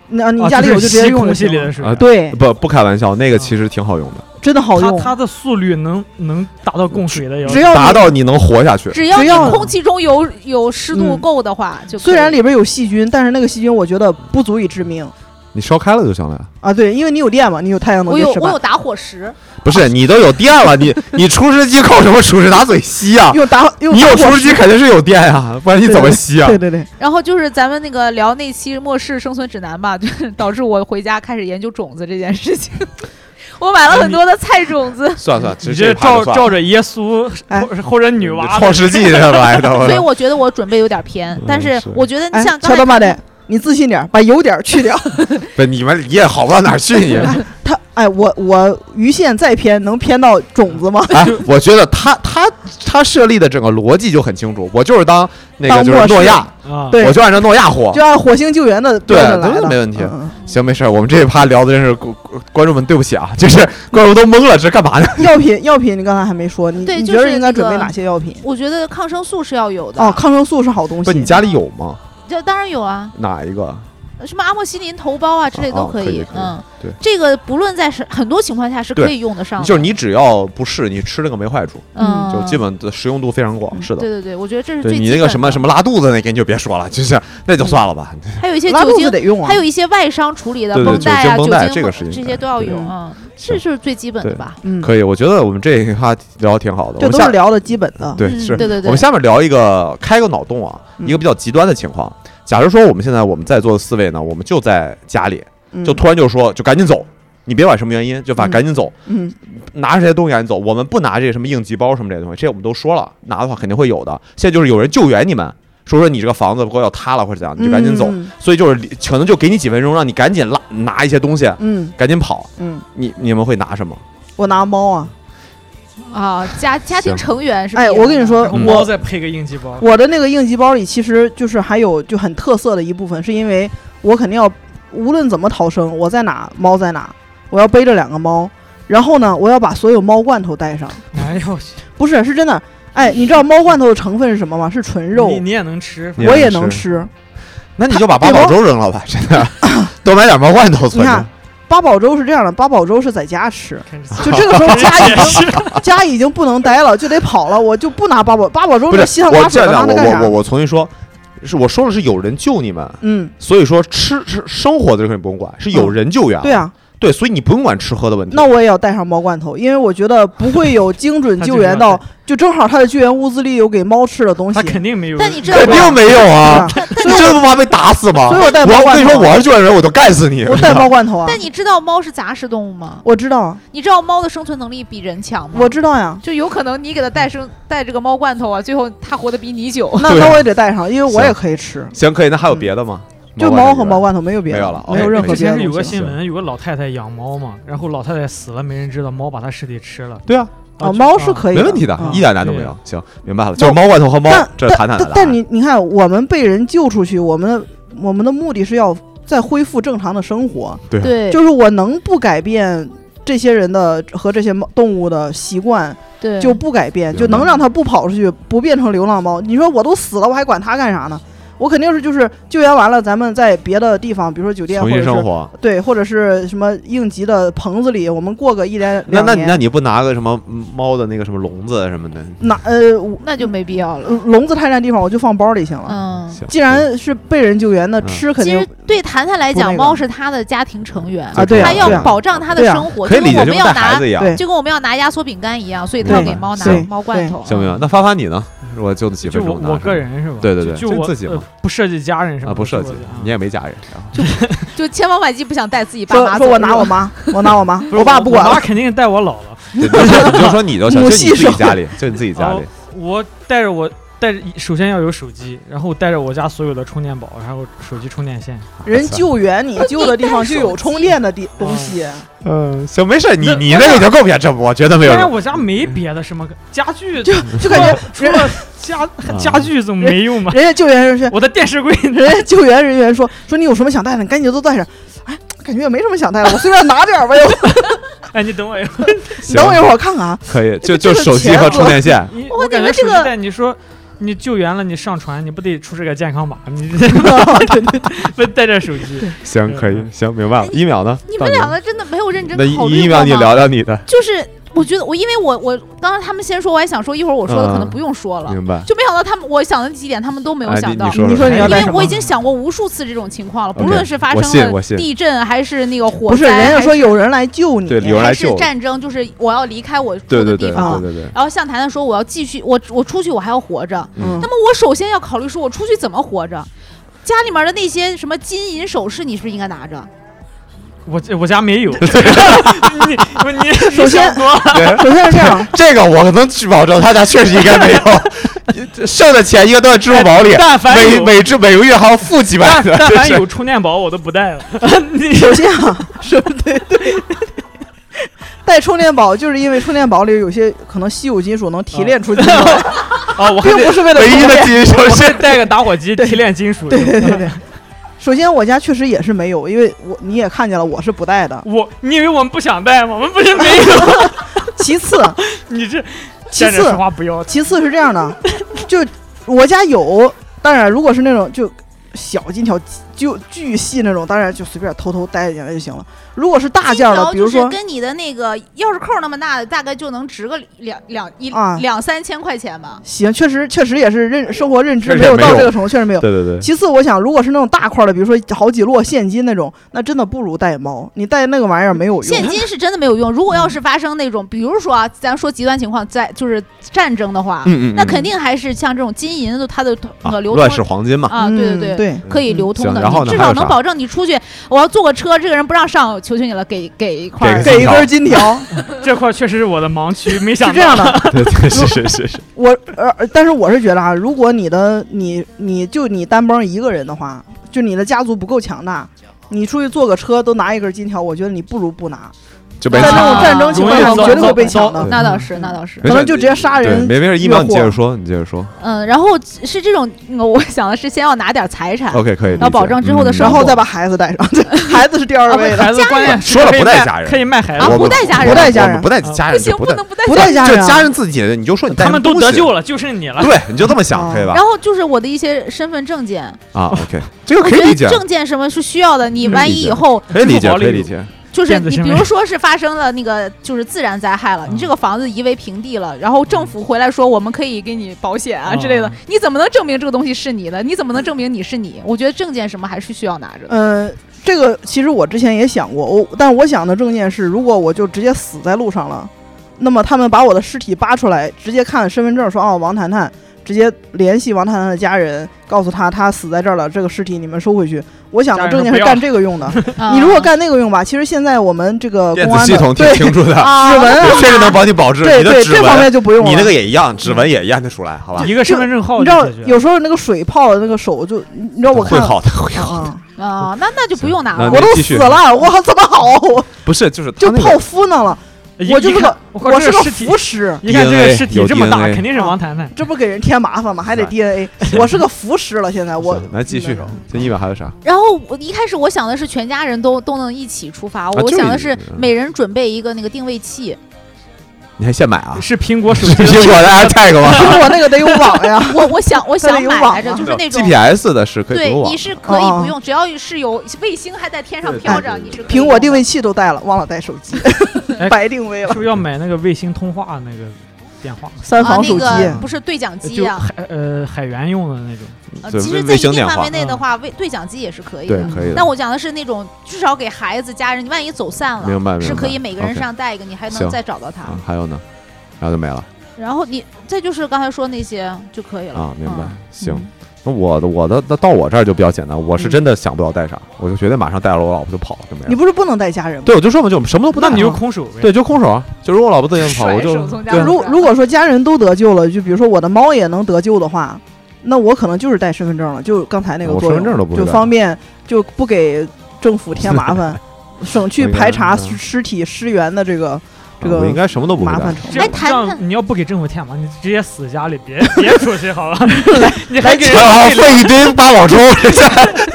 那你啊家里有就直是接吸用空就气行里了。的水啊，对，不不开玩笑，那个其嗯实挺好用的，真的好它用，它的速率能能达到供水的要只求。要达你到你能活下去。只要只你要空气中有有湿度嗯够的话，就可虽然以里边有细菌，但是那个细菌我觉得不足以致命你烧开了就行了呀。啊。对，因为你有电嘛，你有太阳能我有电池我板有，打火石，不啊是，你都有电了， 你你除湿机靠什么除湿？拿嘴吸呀、用打用你打有火除湿机肯定是有电呀、不然你怎么吸啊对？对对，然后就是咱们那个聊那期《末世生存指南》吧， 就是导致我回家开始研究种子这件事情。 我买了很多的菜 种子，算了算了，你直接这趴着嗯照算照了着耶稣哎或或者女娲创世纪这来的，我所以的我觉得我准备有点偏哦嗯，但是是我觉得你哎，像乔刚德才妈的，你自信点儿，把有点儿去掉。 不，你们你也好不到哪儿去你。他哎，我我鱼线再偏，能偏到种子吗？哎，我觉得他他他设立的整个逻辑就很清楚，我就是当那个当就是末世诺亚，啊，对我就按照诺亚活就。按火星救援的标准对啊来的，没问题嗯行，没事儿，我们这一趴聊的真是观观众们对不起啊，就是观众都懵了，这是干嘛呢？嗯药品药品，你刚才还没说，你对你就觉得是应该那准备个哪些药品？哦我觉得抗生素是要有的哦，抗生素是好东不，西。你家里有吗？这当然有啊，哪一个？什么阿莫西林头孢啊之类啊都啊可以可以嗯，对，这个不论在是很多情况下是可以用得上的，就是你只要不试，你吃这个没坏处，嗯，就基本的实用度非常广。是的对，对对，我觉得这是最对基你那本个的嗯什么什么拉肚子那个你就别说了，就是那就算了吧。还有一些拉酒肚精子得用啊，还有一些外伤处理的对对绷带啊、酒精绷带酒精这个是应该这些都要对用嗯啊，这就是最基本的对吧。嗯，可以，我觉得我们这一趴聊得挺好的。我这们都是下聊的基本的。对嗯是，对对对我们下面聊一个开个脑洞啊，嗯一个比较极端的情况。假如说我们现在我们在座的四位呢，我们就在家里，嗯就突然就说就赶紧走，你别管什么原因，就反正嗯赶紧走，嗯拿着这些东西赶紧走。我们不拿这些什么应急包什么这些东西，这些我们都说了，拿的话肯定会有的。现在就是有人救援你们，说说你这个房子不过要塌了或者怎样，你就赶紧走。嗯所以就是里可能就给你几分钟，让你赶紧拉拿一些东西，嗯赶紧跑。嗯，你你们会拿什么？我拿猫啊，啊，家家庭行成员是不哎，一样我跟你的说，嗯我猫我再配个应急包，我的那个应急包里其实就是还有就很特色的一部分，是因为我肯定要无论怎么逃生，我在哪猫在哪，我要背着两个猫，然后呢，我要把所有猫罐头带上，哎呦，不是是真的，哎，你知道猫罐头的成分是什么吗？是纯肉你，你也能吃，嗯你我也也能能吃吃。那你就把八对宝我粥扔了吧，真的， 多买点毛罐头存你着看。八宝粥是这样的，八宝粥是在家 吃，看着 就这个时候家已 经家已经不能待了，就得跑了，我就不拿八宝八宝粥不是这稀汤我拉这水的拿样，它我干我我啥？我重新说，是我说的是有人救你们，嗯，所以说吃吃生活的这个你不用管，是有嗯人救援了、对啊，对所以你不用管吃喝的问题。那我也要带上猫罐头，因为我觉得不会 有精准他救就是援要到带，就正好他的救援屋子里有给猫吃的东西他，肯定没有。但你知道肯定没有啊，是吧你真不怕被打死吗？所以我带猫我跟罐你说，头我啊，要是救援人，我都干死你。我带猫罐头啊，但你知道猫是杂食动物吗？我知道啊，你知道猫的生存能力比人强吗？我知 道呀，就有可能你给它带生带这个猫罐头啊，最后它活得比你 久。那对啊那我也得带上，因为我也行可以吃， 行，可以，那还有别的吗？嗯就猫猫和猫罐罐头没有别没有的了，没有，OK，任没何之事别的前是有个东西新闻，有个老太太养猫嘛，然后老太太死了，没人知道，猫把她尸体吃了。对啊，啊，猫是以。可以，没问题的啊，一点难都没有。行，明白了，就是猫罐头和猫但，这是谈但谈的啊答案。但但你你看，我们被人救出去，我们的我们的目的是要再恢复正常的生活，对，就是我能不改变这些人的和这些猫动物的习惯，对就不改变，明白就能让它不跑出去，不变成流浪猫。你说我都死了，我还管它干啥呢？我肯定是就是救援完了，咱们在别的地方，比如说酒店啊重或者新生是活。对，或者是什么应急的棚子里，我们过个一两那两那那年。你不拿个什么嗯猫的那个什么笼子什么的？那呃，我那就没必要了。笼子太占地方，我就放包里行了。嗯，行既然是被人救援，那嗯吃肯其定实对谭谭来不讲，那个猫是他的家庭成员，啊对啊他对要啊保障他的对啊生活，可以就理跟解，就我跟们带要孩拿子一样。对就跟我们要拿压缩饼干一样，所以他要对给猫拿对猫罐头。行不行嗯？那发发你呢？我就几就分我钟拿我什个么人是吧？对对对就就就我自己嘛呃不涉及家人什么啊的不涉及就我啊，你也没家人，然后就千方百计不想带自己爸说妈走。说我拿是吧我妈，我拿 我妈，是我爸不管我妈了。肯定带我姥姥。对你就说你就说你就行，就母 你系自己社家里，就你自己家里哦。我带着我带着，首先要有手机，然后带着我家所有的充电宝，然后手机充电线。人啊救援你救的地方就有充电 的地带手东机西，嗯，行，没事，你那你那个已经够偏这我觉得没有但是用。我家没别的什么家具，就就 感哦觉除了家啊家具怎么没用嘛？人家救援人员，我的电视柜呢？人家哎救援人员说说你有什么想带的，你赶紧都带上。哎，感觉也没什么想带的，我随便拿点儿吧，要不哎，你等我一会儿。你行，等我一会儿，我看看啊。可以，就这就个手机茄和子充电 线。你哇我感你觉们手这机个带你说。你救援了，你上传，你不得出示个健康码？你 不带着手机，行，可以，行，明白了。一秒呢？嗯你到们两个真的没有认真那考一虑一过秒你吗聊聊你的，就是我觉得我因为我我刚刚他们先说，我还想说一会儿我说的可能嗯不用说了，明白？就没想到他们我想的几点他们都没有哎想你到。你说你说说你要因带为什么？我已经想过无数次这种情况了，不 OK，论是发我信生我了信地震，还是那个火不是，灾，人家说还是有人来救你，对有人来还救是战争，就是我要离开我住对的对地对方。对对对，然后像谈谈说，我要继续，我我出去我还要活着。嗯那，么我首先要考虑说，我出去怎么活着？家里面的那些什么金银首饰，你是不是应该拿着？我我家没 有。你不你首先 首先是这样，这个我能去保证，他家确实应该没有， 剩的钱应该都在支付宝里，哎但凡每有每支每个月还要付几百但的，但真凡是有充电宝，我都 不带了。你首先啊，是不对对。带充电宝就是因为充电宝里有些可能稀有金属能提炼出金属，啊，我还并得不是为了嗯唯充一的电。金手我是还带个打火机提炼金属。对对对对。首先，我家确实也是没有，因为我你也看见了，我是不带的。我你以为我们不想带吗？我们不是没有。 其次， 你这啊其站着次说话不腰疼。其次是这样的，就我家有，当然如果是那种就小金条、就巨细那种，当然就随便偷偷带进来就行了。如果是大件儿的，金条比如就是说跟你的那个钥匙扣那么大的，大概就能值个两两一、啊两三千块钱吧。行，确实确实也是认生活认知确实没有没到有这个程度，确实没有。对对对，其次，我想如果是那种大块儿的，比如说好几摞现金那种，那真的不如带猫，你带那个玩意儿没有用。嗯现金是真的没有用。如果要是发生那种，比如说啊，咱说极端情况，在就是战争的话，嗯嗯，那嗯肯定还是像这种金银的它的那啊个流通乱世黄金嘛，啊，对对嗯对。对，可以流通嗯行的，然后呢你至还有少啥能保证你出去，我要坐个车，这个人不让上，求求你了，给给一块给儿个嗯给一根金 条这块确实是我的盲区，没想呃是到这样的。对对是是是是，我呃，但是我是觉得啊，如果你的你你就你单帮一个人的话，就你的家族不够强大，你出去坐个车都拿一根金条，我觉得你不如不拿。就没在事这儿。种战争情况下，容易遭绝对会被抢遭的，那倒是，那倒是。没可事能就直接杀对，人。没没事，一秒你越接货着说，你接着说。嗯，然后是这种，嗯我想的是先要拿点财产， OK，可以理解。要保证之后的嗯生然活后再把孩子带上， 孩子是第二位的，孩子关键是说了可以不带卖家人可以卖孩子啊我，们不带家人我们不带家人不带啊家不人就行，不不带，能不带不家带人家就人啊，家人自己，你就说你带他们都什么得东西救了，就剩你了。对，你就这么想啊可以吧然？后就是我的一些身份证件，啊，OK，这个我可觉以得理解，证件什么是需要的，你嗯万理一解以后可以理支付解，宝可以里理解。就是电子你身比份如说是发生了那个就是自然灾害嗯了，你这个房子夷为平地了，然后政府回来说我们可以给你保险啊嗯之类的，你怎么能证明这个东西是你的？你怎么能证明你是你？我觉得证件什么还是需要拿着的。嗯，这个其实我之前也想过，我但我想的证件是，如果我就直接死在路上了，那么他们把我的尸体扒出来，直接看身份证说，哦，王谈谈，直接联系王谈谈的家人，告诉他他死在这儿了，这个尸体你们收回去。我想的证件是干这个用的，呃啊你如果干那个用吧，其实现在我们这个电公子安系统的挺对清楚的，啊指纹啊确实能帮你保质。对你的对指这方纹，面就不用了。你那个也一样，指纹也验得出来，好吧？一个身份证号你就知道解决了。有时候那个水泡的那个手就，你知道我会看好的，会好的。啊，啊，那那就不用拿那了我。都继死续了，我怎么好？不是，就是他就那泡个敷呢了。一我就是一看个 我靠我这是个啊尸体浮尸，一看这个 DNA 尸体有这么大， DNA 肯定是王谈谈。 这不给人添麻烦吗？还得是 DNA，我是个浮尸了。现在我行来继续，这一秒还有啥？然后我一开始我想的是全家人都都能一起出发，我啊就想的是是每人准备一个那个定位器，你还现买啊？是苹果手是机苹果的 AirTag 吗？ 苹果那个得有网呀，我我想 我那想里有买啊网来着，吗就是那种。 GPS 的是可以对不用，网你是可以哦哦不用，只要是有卫星还在天上对飘对着，对你是可以苹果用定的位器都带了，忘了带手机哎，白定位是了。不是要买那个卫星通话那个电话？三啊防手机，嗯那个不是对讲机 就啊，海呃海员用的那种。呃对其卫实，在卫一星定电范话围内的嗯话，卫对讲机也是可以对的。，可以但的。我讲的是那种至少给孩子、家人，万一走散明了，白，明是白。可以每个人 OK 上带一个，你还行能再找到他。啊，还有呢，然后就没了然后你再就是刚才说那些就可以了啊，明白嗯。行，那我的我的那到我这儿就比较简单，我是嗯真的想不到带啥，我就决定马上带着我老婆就跑了，就没你了。不是不能带家人吗？对，我就说嘛，就什么都不带那嘛，你就空手呗。对，就空手啊，就如果我老婆自己跑，甩我就手从家对啊出如如果说家人都得救了，就比如说我的猫也能得救的话，那我可能就是带身份证了，就刚才那个我作哦身份证都不用，会就带方便，就不给政府添 麻烦，省去我应该排查嗯尸体尸源的这个这啊我个应该什么都不会麻带 烦。程这度哎。这样谈谈你要不给政府添麻烦，你直接死家里，别别出去好 了。你还给人啊，费费一堆八宝粥，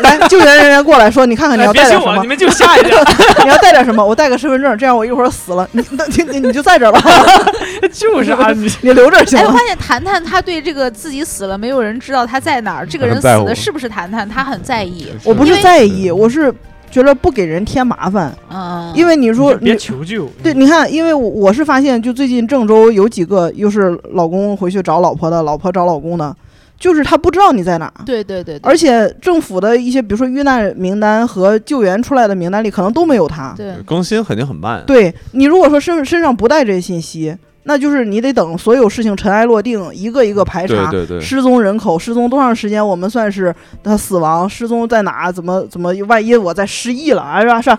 来，救援人员过来说，你看看你哎要别带信点什我，么哎你。们就下一个， 你要带点什么？我带个身份证，这样我一会儿死了，你那你你你就在这儿吧， 就是啊，你你留这儿行哎，我了发。现谈谈他对这个自己死了，没有人知道他在哪儿，这个他很人死在乎的是不是谈谈，他很在意。我不因是为在意，我是觉得不给人添麻烦，嗯，因为为你你说就别你求救。嗯对，你看，因为我我是发现，就最近郑州有几个又是老公回去找老婆的，老婆找老公的，就是他不知道你在哪儿。对对对，对而且政府的一些，比如说遇难名单和救援出来的名单里，可能都没有他。对更新肯定很慢。对你如果说身身上不带这些信息，那就是你得等所有事情尘埃落定，一个一个排查。对对对，失踪人口失踪多长时间，我们算是他死亡，失踪在哪，怎么怎么，万一我再失忆了啊，是吧？是吧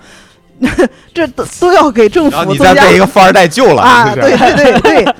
这都都要给政然后府你增再加被一个富二代救了啊，是对对对对，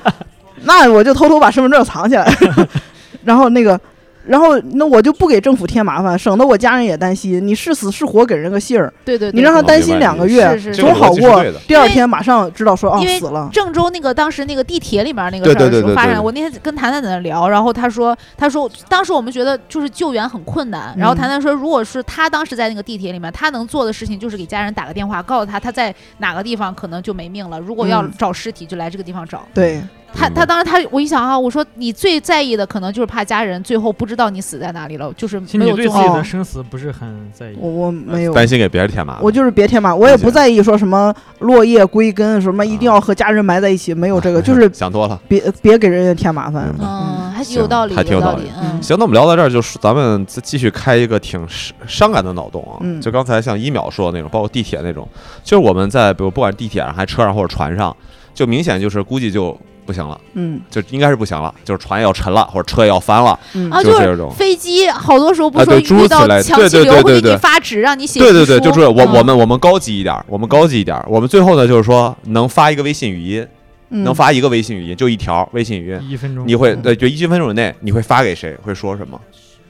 那我就偷偷把身份证藏起来， 然后那个，然后那我就不给政府添麻烦，省得我家人也担心，你是死是活给人个信儿，对对，你让他对担心两个月是，是这是个总好逻辑是过对的第二天马上知道说哦因为死了，嗯郑州那个当时那个地铁里面那个对事儿对的对时对候发对生，我那天跟谭谭在那聊，然后他说，他说当时我们觉得就是救援很困难，然后嗯谭谭说，如果是他当时在那个地铁里面，他能做的事情就是给家人打个电话，告诉他他在哪个地方可能就没命了，如果要嗯找尸体就来这个地方找。对，他嗯他当时他我一想啊，我说你最在意的可能就是怕家人最后不知道你死在哪里了，就是其实没你有对最自后己哦的生死不是很在意。我我没有，担心给别人添麻烦。我就是别添麻，我也理解不在意说什么落叶归根，什么一定要和家人埋在一起，没 有这个，就是哎想多了。别别给人家添麻烦明。白嗯，还行有道理，还挺有有道理理，嗯，行，那我们聊到这儿，就是咱们再继续开一个挺伤伤感的脑洞啊。嗯就刚才像一秒说的那种，包括地铁那种，就是我们在比如不管地铁上、还车上或者船上，就明显就是估计就不行了，嗯就应该是不行了，就是船也要沉了，或者车也要翻了，嗯哦啊，就就是这种。飞机好多时候不啊是说对诸如遇到此类强对气对对流对会给对你发纸让你写对对遗对，书就是我、嗯我们我们高级一点儿，我们高级一点儿，我们最后呢就是说能发一个微信语音，嗯，能发一个微信语音就一条微信语音，一分钟，嗯你会呃对就一分钟以内你会发给谁，会说什么？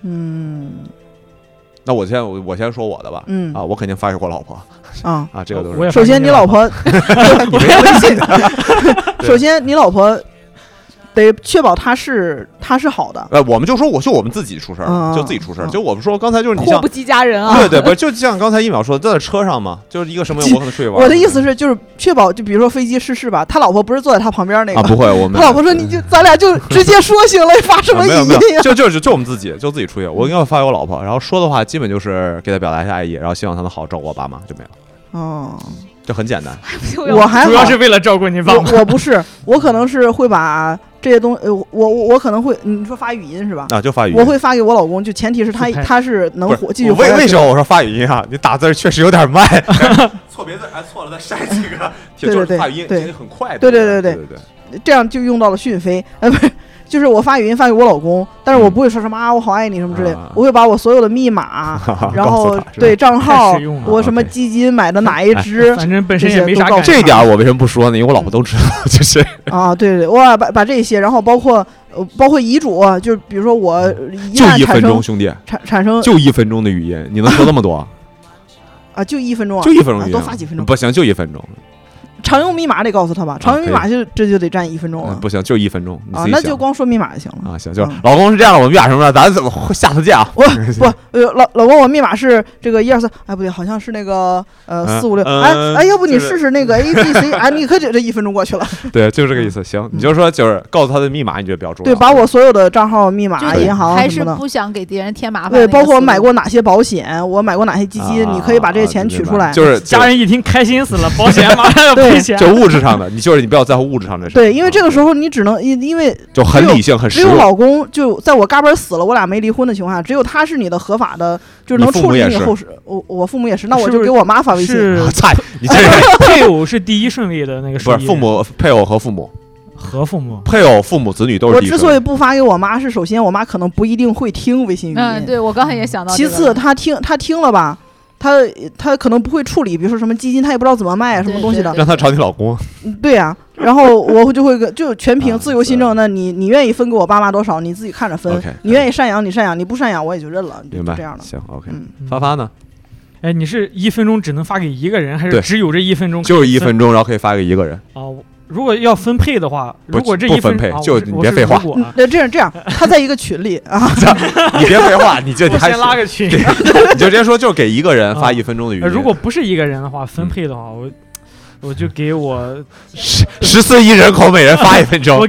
嗯那我先我我先说我的吧，嗯啊，我肯定发给我老婆啊。啊，这个都是我也首先，你 老婆，你没微信。 首先，你老婆得确保她是她是好的，呃，我们就说我就我们自己出事儿嗯了，就自己出事儿。嗯就我们说刚才就是你祸像不及家人啊！对对，不是就像刚才一秒说的，在车上嘛，就是一个什么我可能睡一晚。我的意思是，就是确保，就比如说飞机失事吧，他老婆不是坐在他旁边那啊，个，不会，我他们老婆说你就咱俩就直接说行了，发什啊么没语有没音有，呀？就就是就我们自己就自己出去，我应该发给我老婆，然后说的话基本就是给她表达一下爱意，然后希望她能好好照顾我爸妈就没了，哦，就很简单。 我还主要好是，为了照顾你爸 妈。我我不是，我可能是会把这些东，呃我我我可能会，你说发语音是吧？啊，就发语音。我会发给我老公，就前提是他自拍他是能不是活继续我活为下为去什么我说发语音啊？你打字儿确实有点 慢，错别字还错了，再删几个，对就是对发语音对其实很快的。对对对对对对， 这样就用到了讯飞，呃，不是，就是我发语音发给我老公，但是我嗯不会说什么啊，我好爱你什么之类的，啊我会把我所有的密码，然告诉后他是吧对账号太实用，了我什么 OK 哎基 金买的哪一支反正本身这些也没都啥告感诉觉。这一点儿我为什么不说呢？因为我老婆都知道，就是 啊，对对对，我把把把这些，然后包括呃包括遗嘱，就是比如说我一嗯就旦一产分钟，生兄弟，产产生就一分钟的语音，你能说那么多？啊就一分钟啊就，一分钟啊语音，多发几分钟不行，就一分钟，常用密码得告诉他吧，常用密码就这就得占一分钟啊嗯了不行，就一分钟，你哦啊自，己那想就光说密码就行了。啊，行，就是嗯老公是这样，我们俩什么的，咱怎么会下次见 啊？我 不，呃，老老公，我密码是这个一二三，哎，不对，好像是那个呃嗯四五六，嗯哎哎，要不你就是试试 那个 A B C，哎，你可这这一分钟过去了，对，就是这个意思。行，你就说就是告诉他的密码，你觉得比较重要。对，把我所有的账号、密码、就银行还啊什是么的，不想给别人添麻烦那对，个思路。包括我买过哪些保险，我买过哪些基金，啊你可以把这些钱啊明取白出来，就是家人一听开心死了，保险 马上要对赔钱。就物质上的，你就是你不要在乎物质上的事。对，因为这个时候候你只能因因为就很理性，很只实有用。老公就在我嘎嘣儿死了，我俩没离婚的情况下，只有他是你的合法的，就是能你父处母理也你是后事。我我父母也是，那我是就给不是我妈发微信。是 我操，你这哎人配偶是第一顺位的那个不顺是位，父母、配偶和父母，和父母。配偶、父母、子女都是我第一之顺所以位。不发给我妈，是首先我妈可能不一定会听微信语嗯，音，对我刚才也想到这其个次了。她听她听了吧，她她可能不会处理，比如说什么基金，她也不知道怎么卖啊，什么对东西的对，让他找你老公，嗯对呀、然后我就会跟就全凭啊自由心证，那你你愿意分给我爸妈多少，你自己看着分 OK，你愿意赡养你赡养，你不赡养我也就认了，就明就白这样？了，行，OK。嗯。发发呢？哎，你是一分钟只能发给一个人，还对是只有这一分钟？就是一分钟，然后可以发给一个人。啊。我如果要分配的话，不如果这不一分分配啊我就是你我别是废如话果 啊那这样这样，他在一个群里啊，你别废话，你 就你我还先拉个群。 你就直接说，就是给一个人发一分钟的语音。呃如果不是一个人的话，分配的话，我我就给我十十四亿人口每人发一分钟我，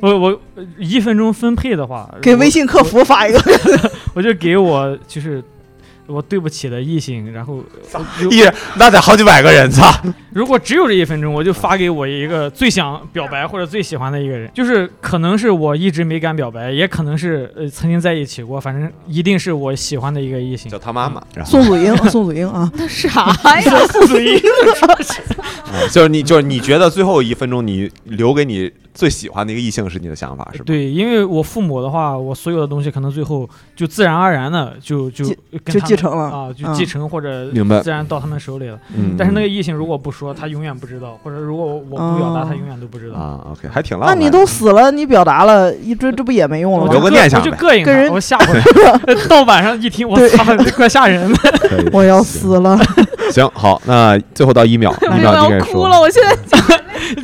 我我呃一分钟分配的话，给我微信客服发一个，我就给我就是我对不起的异性，然后呃如一人那得好几百个人操！如果只有这一分钟，我就发给我一个最想表白或者最喜欢的一个人，就是可能是我一直没敢表白，也可能是呃曾经在一起过，反正一定是我喜欢的一个异性叫。他妈妈，然后宋祖英，宋祖英啊， 那哎啥呀？ 所以啊就是你就是你觉得最后一分钟你留给你最喜欢的一个异性是你的想法是吧？对，因为我父母的话，我所有的东西可能最后就自然而然的就就继跟就他继们承了啊，就嗯继承或者明白自然到他们手里了。嗯但是那个异性如果不说，他永远不知道；或者如果我我不表达，哦他永远都不知道。啊，OK，还挺浪那漫的。你都死了，你表达了，一这这不也没用了我留就留吗？个膈念想我就呗膈应跟人他，我吓唬 他。 到晚上一听，我对操，这怪 吓 人的。可以我要死了，行，好，那最后到一 秒，我一秒你要给哭说了！，我现在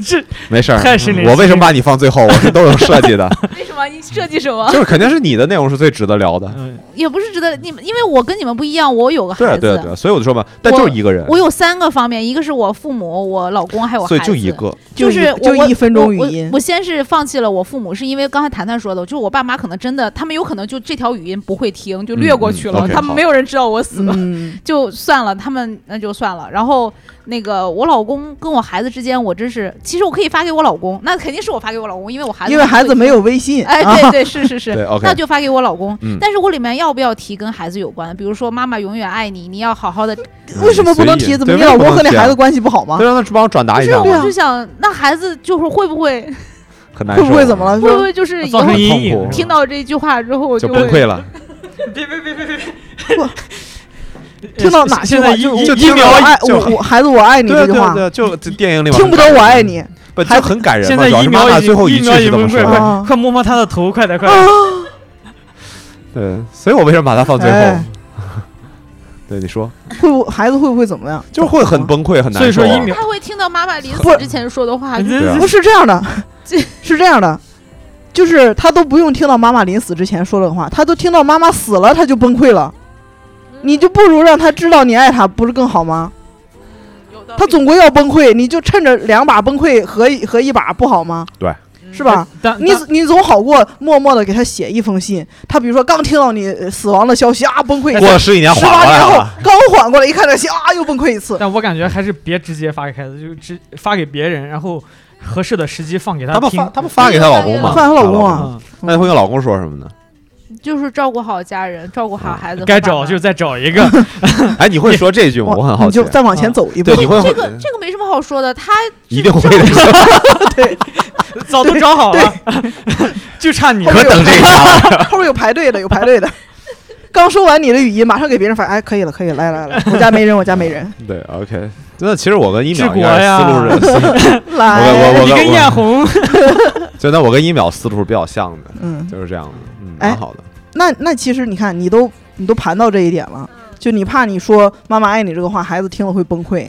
这没事儿。太失 礼我为什么把你放最后？我是都有设计的。为什么么？你设计什 么？就是肯定是你的内容是最值得聊的。嗯，也不是值得你们，因为我跟你们不一样，我有个啊孩对啊子，对对，所以我就说嘛，但我就是一个人，我有三个方面，一个是我父母、我老公，还有我所孩以子，就一个，就就是一就我一分钟我语我音我先是放弃了我父母，是因为刚才谈谈说的，就是我爸妈可能真的，他们有可能就这条语音不会听，就略过去嗯嗯了， ，OK，他们好没有人知道我死了。嗯，就算了，他们那就算了。然后那个我老公跟我孩子之间，我真是，其实我可以发给我老公，那肯定是我发给我老公，因为我孩子因为孩会子没有微信，哎，啊 对对，是是是对，，OK 那就发给我老公嗯。但是我里面要不要提跟孩子有关？比如说妈妈永远爱你，你要好好的。为什么不能所以提？怎么对你为什老么不能公和那提啊孩子关系不好吗就？让他帮我转达一下对我嘛啊，就想，那孩子就是会不会很难会受。啊不会怎么了？会不说会就是以造后成很阴痛影苦是吧，听到这句话之后就会崩溃了，别别别别别别，听到哪呃现句话在就一就一听秒到我了爱就我我孩子我爱你对啊这句对话，对，就 这电影里嘛听不懂我爱，你不就很感人现嘛。在主要一是妈秒妈已最经后一句秒是已这么经说快崩的，溃了快啊快摸摸他的头，快点快点。啊！对，所以我为什么把它放最后哎？ 对，你说，会不孩子会不会怎么样？就是会很崩溃，很所以难受说啊。一秒 他会听到妈妈临不死是之前说的话，这对啊不是这样的，是这样的，就是他都不用听到妈妈临死之前说的话，他都听到妈妈死了，他就崩溃了。你就不如让他知道你爱他，不是更好吗？他总归要崩溃，你就趁着两把崩溃合一合一把不好吗？对，是吧？但你你总好过默默的给他写一封信。他比如说刚听到你呃死亡的消息啊，崩溃一过下；了十几年十缓啊哎过八来年后了，刚缓过来，一看这信啊，又崩溃一次。但我感觉还是别直接发给孩子，就直发给别人，然后合适的时机放给她他不听发，。她不发给她老公吗？发给她老公啊嗯，那她会跟老公说什么呢？就是照顾好家人，照顾好孩子和爸该妈。找就再找一个。 哎，你会说这句吗？我很你好奇就。再往前啊走一步对，。你会这个这个没什么好说的，他一定会的。早都找好了， 就差你后可面了。等有这啊一排后面有排队的，有排队的。刚说完你的语音，马上给别人发，哎，可以了，可以了，来来来，我家没人，我家没人， 对，OK。那其实我跟一治秒应国该呀思路是， 来，我你跟我艳红，就那我跟一秒思路是比较像的，嗯，就是这样的，嗯，哎蛮好的。那那其实你看，你都你都盘到这一点了，就你怕你说妈妈爱你这个话，孩子听了会崩溃，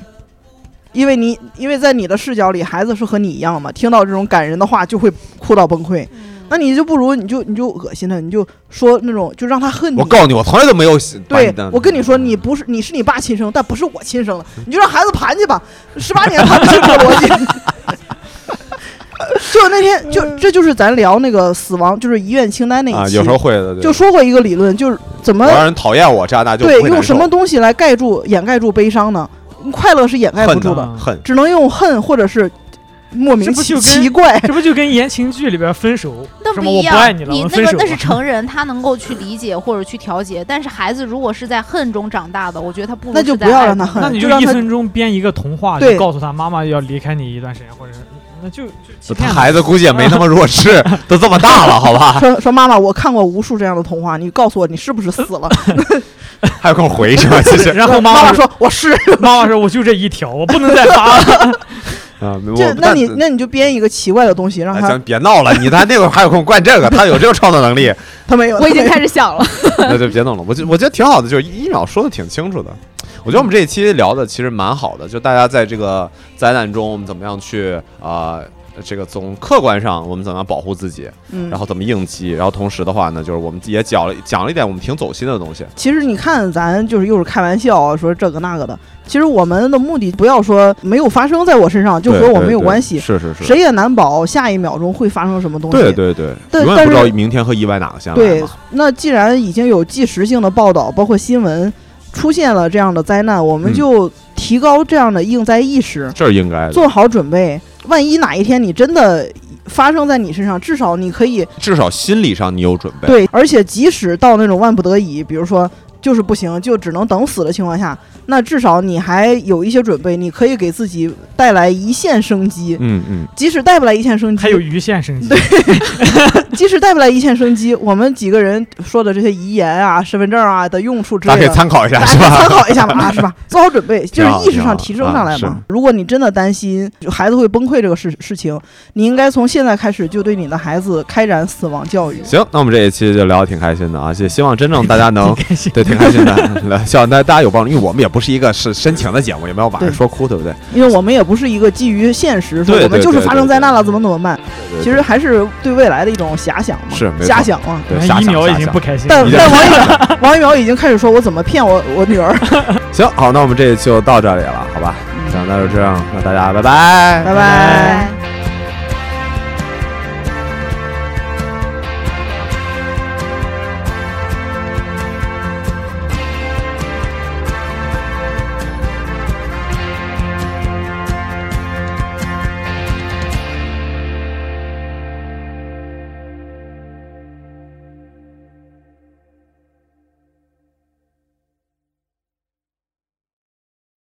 因为你因为在你的视角里，孩子是和你一样嘛，听到这种感人的话就会哭到崩溃，嗯那你就不如你就你就恶心他，你就说那种就让他恨你我，告诉你，我从来都没有喜把嗯对你当，嗯我跟你说，你不是你是你爸亲生，但不是我亲生的，你就让孩子盘去吧，十八年盘不清楚逻辑。 就那天，就嗯这就是咱聊那个死亡，就是遗愿清单那啊，一期，有时候会的，对就说过一个理论，就是怎么我让人讨厌我，这样那就对不会难用什受么东西来盖住、掩盖住悲伤呢？快乐是掩盖不恨住呢的，的恨，只能用恨或者是莫这名不其就跟奇怪。这不就跟言情剧里边分手？那什不么一我样，不爱你了，我们那分个手吧。那是成人，他能够去理解或者去调节，但是孩子如果是在恨中长大的，我觉得他不如那就是在不要爱让他中恨那你就让一他分钟编一个童话，对就告诉他妈妈要离开你一段时间，或者是那就就欺他骗孩子估计也没那么弱 智，都这么大了，好吧？说说妈妈，我看过无数这样的童话，你告诉我你是不是死 了？还有空回是吧？其实然后妈妈妈说说我是， 妈妈说我就这一条，我不能再发了。啊，这我那你但那你就编一个奇怪的东西让哎他行，别闹了，你他那会儿还有空惯这个，他有这个创造能力，他没有，我已经他没有开始想 了， 那就别弄了。我觉我觉得挺好的，就是一秒说的挺清楚的。我觉得我们这一期聊的其实蛮好的，就大家在这个灾难中，我们怎么样去啊、呃这个从客观上我们怎么样保护自己，嗯然后怎么应激，然后同时的话呢，就是我们也讲了讲了一点我们挺走心的东西。其实你看，咱就是又是开玩笑啊，说这个那个的。其实我们的目的不要说没有发生在我身上，就和我没有关系，是是是，谁也难保下一秒钟会发生什么东西。对对对，但永远不知但道是明天和意外哪个先来对嘛。那既然已经有即时性的报道，包括新闻出现了这样的灾难，我们嗯就提高这样的应灾意识，这是应该的，做好准备。万一哪一天你真的发生在你身上，至少你可以至少心理上你有准备。对，而且即使到那种万不得已，比如说就是不行，就只能等死的情况下，那至少你还有一些准备，你可以给自己带来一线生机。嗯嗯，即使带不来一线生机还，有鱼 线升级，即使带不来一线生机，我们几个人说的这些遗言啊、 身份证啊的用处之大家可类以的。参考一下，大是家吧？参考一 下嘛，是吧？做好准备，挺就是好意识挺好上提升上来啊嘛。如果你真的担心就孩子会崩溃这个事事情，你应该从现在开始就对你的孩子开展死亡教育。行，那我们这一期就聊得挺开心的啊，也希望真正大家能 挺开心。对挺开心的， 希望大大家有帮助，因为我们也不是一个是深情的节目，也没有把人对说哭，对不对？因为我们也不是一个基于现实说对我们对就是对发对生灾难了对怎么怎么办，对其实还是对未来的一种遐想嘛，是没错瞎想嘛。对哎疫瞎想苗已瞎经想不开心了。但你这 但王一淼，王一淼已经开始说我怎么骗我我女儿，行，好，那我们这就到这里了，好吧？嗯行，那就这样，那大家拜拜，拜拜。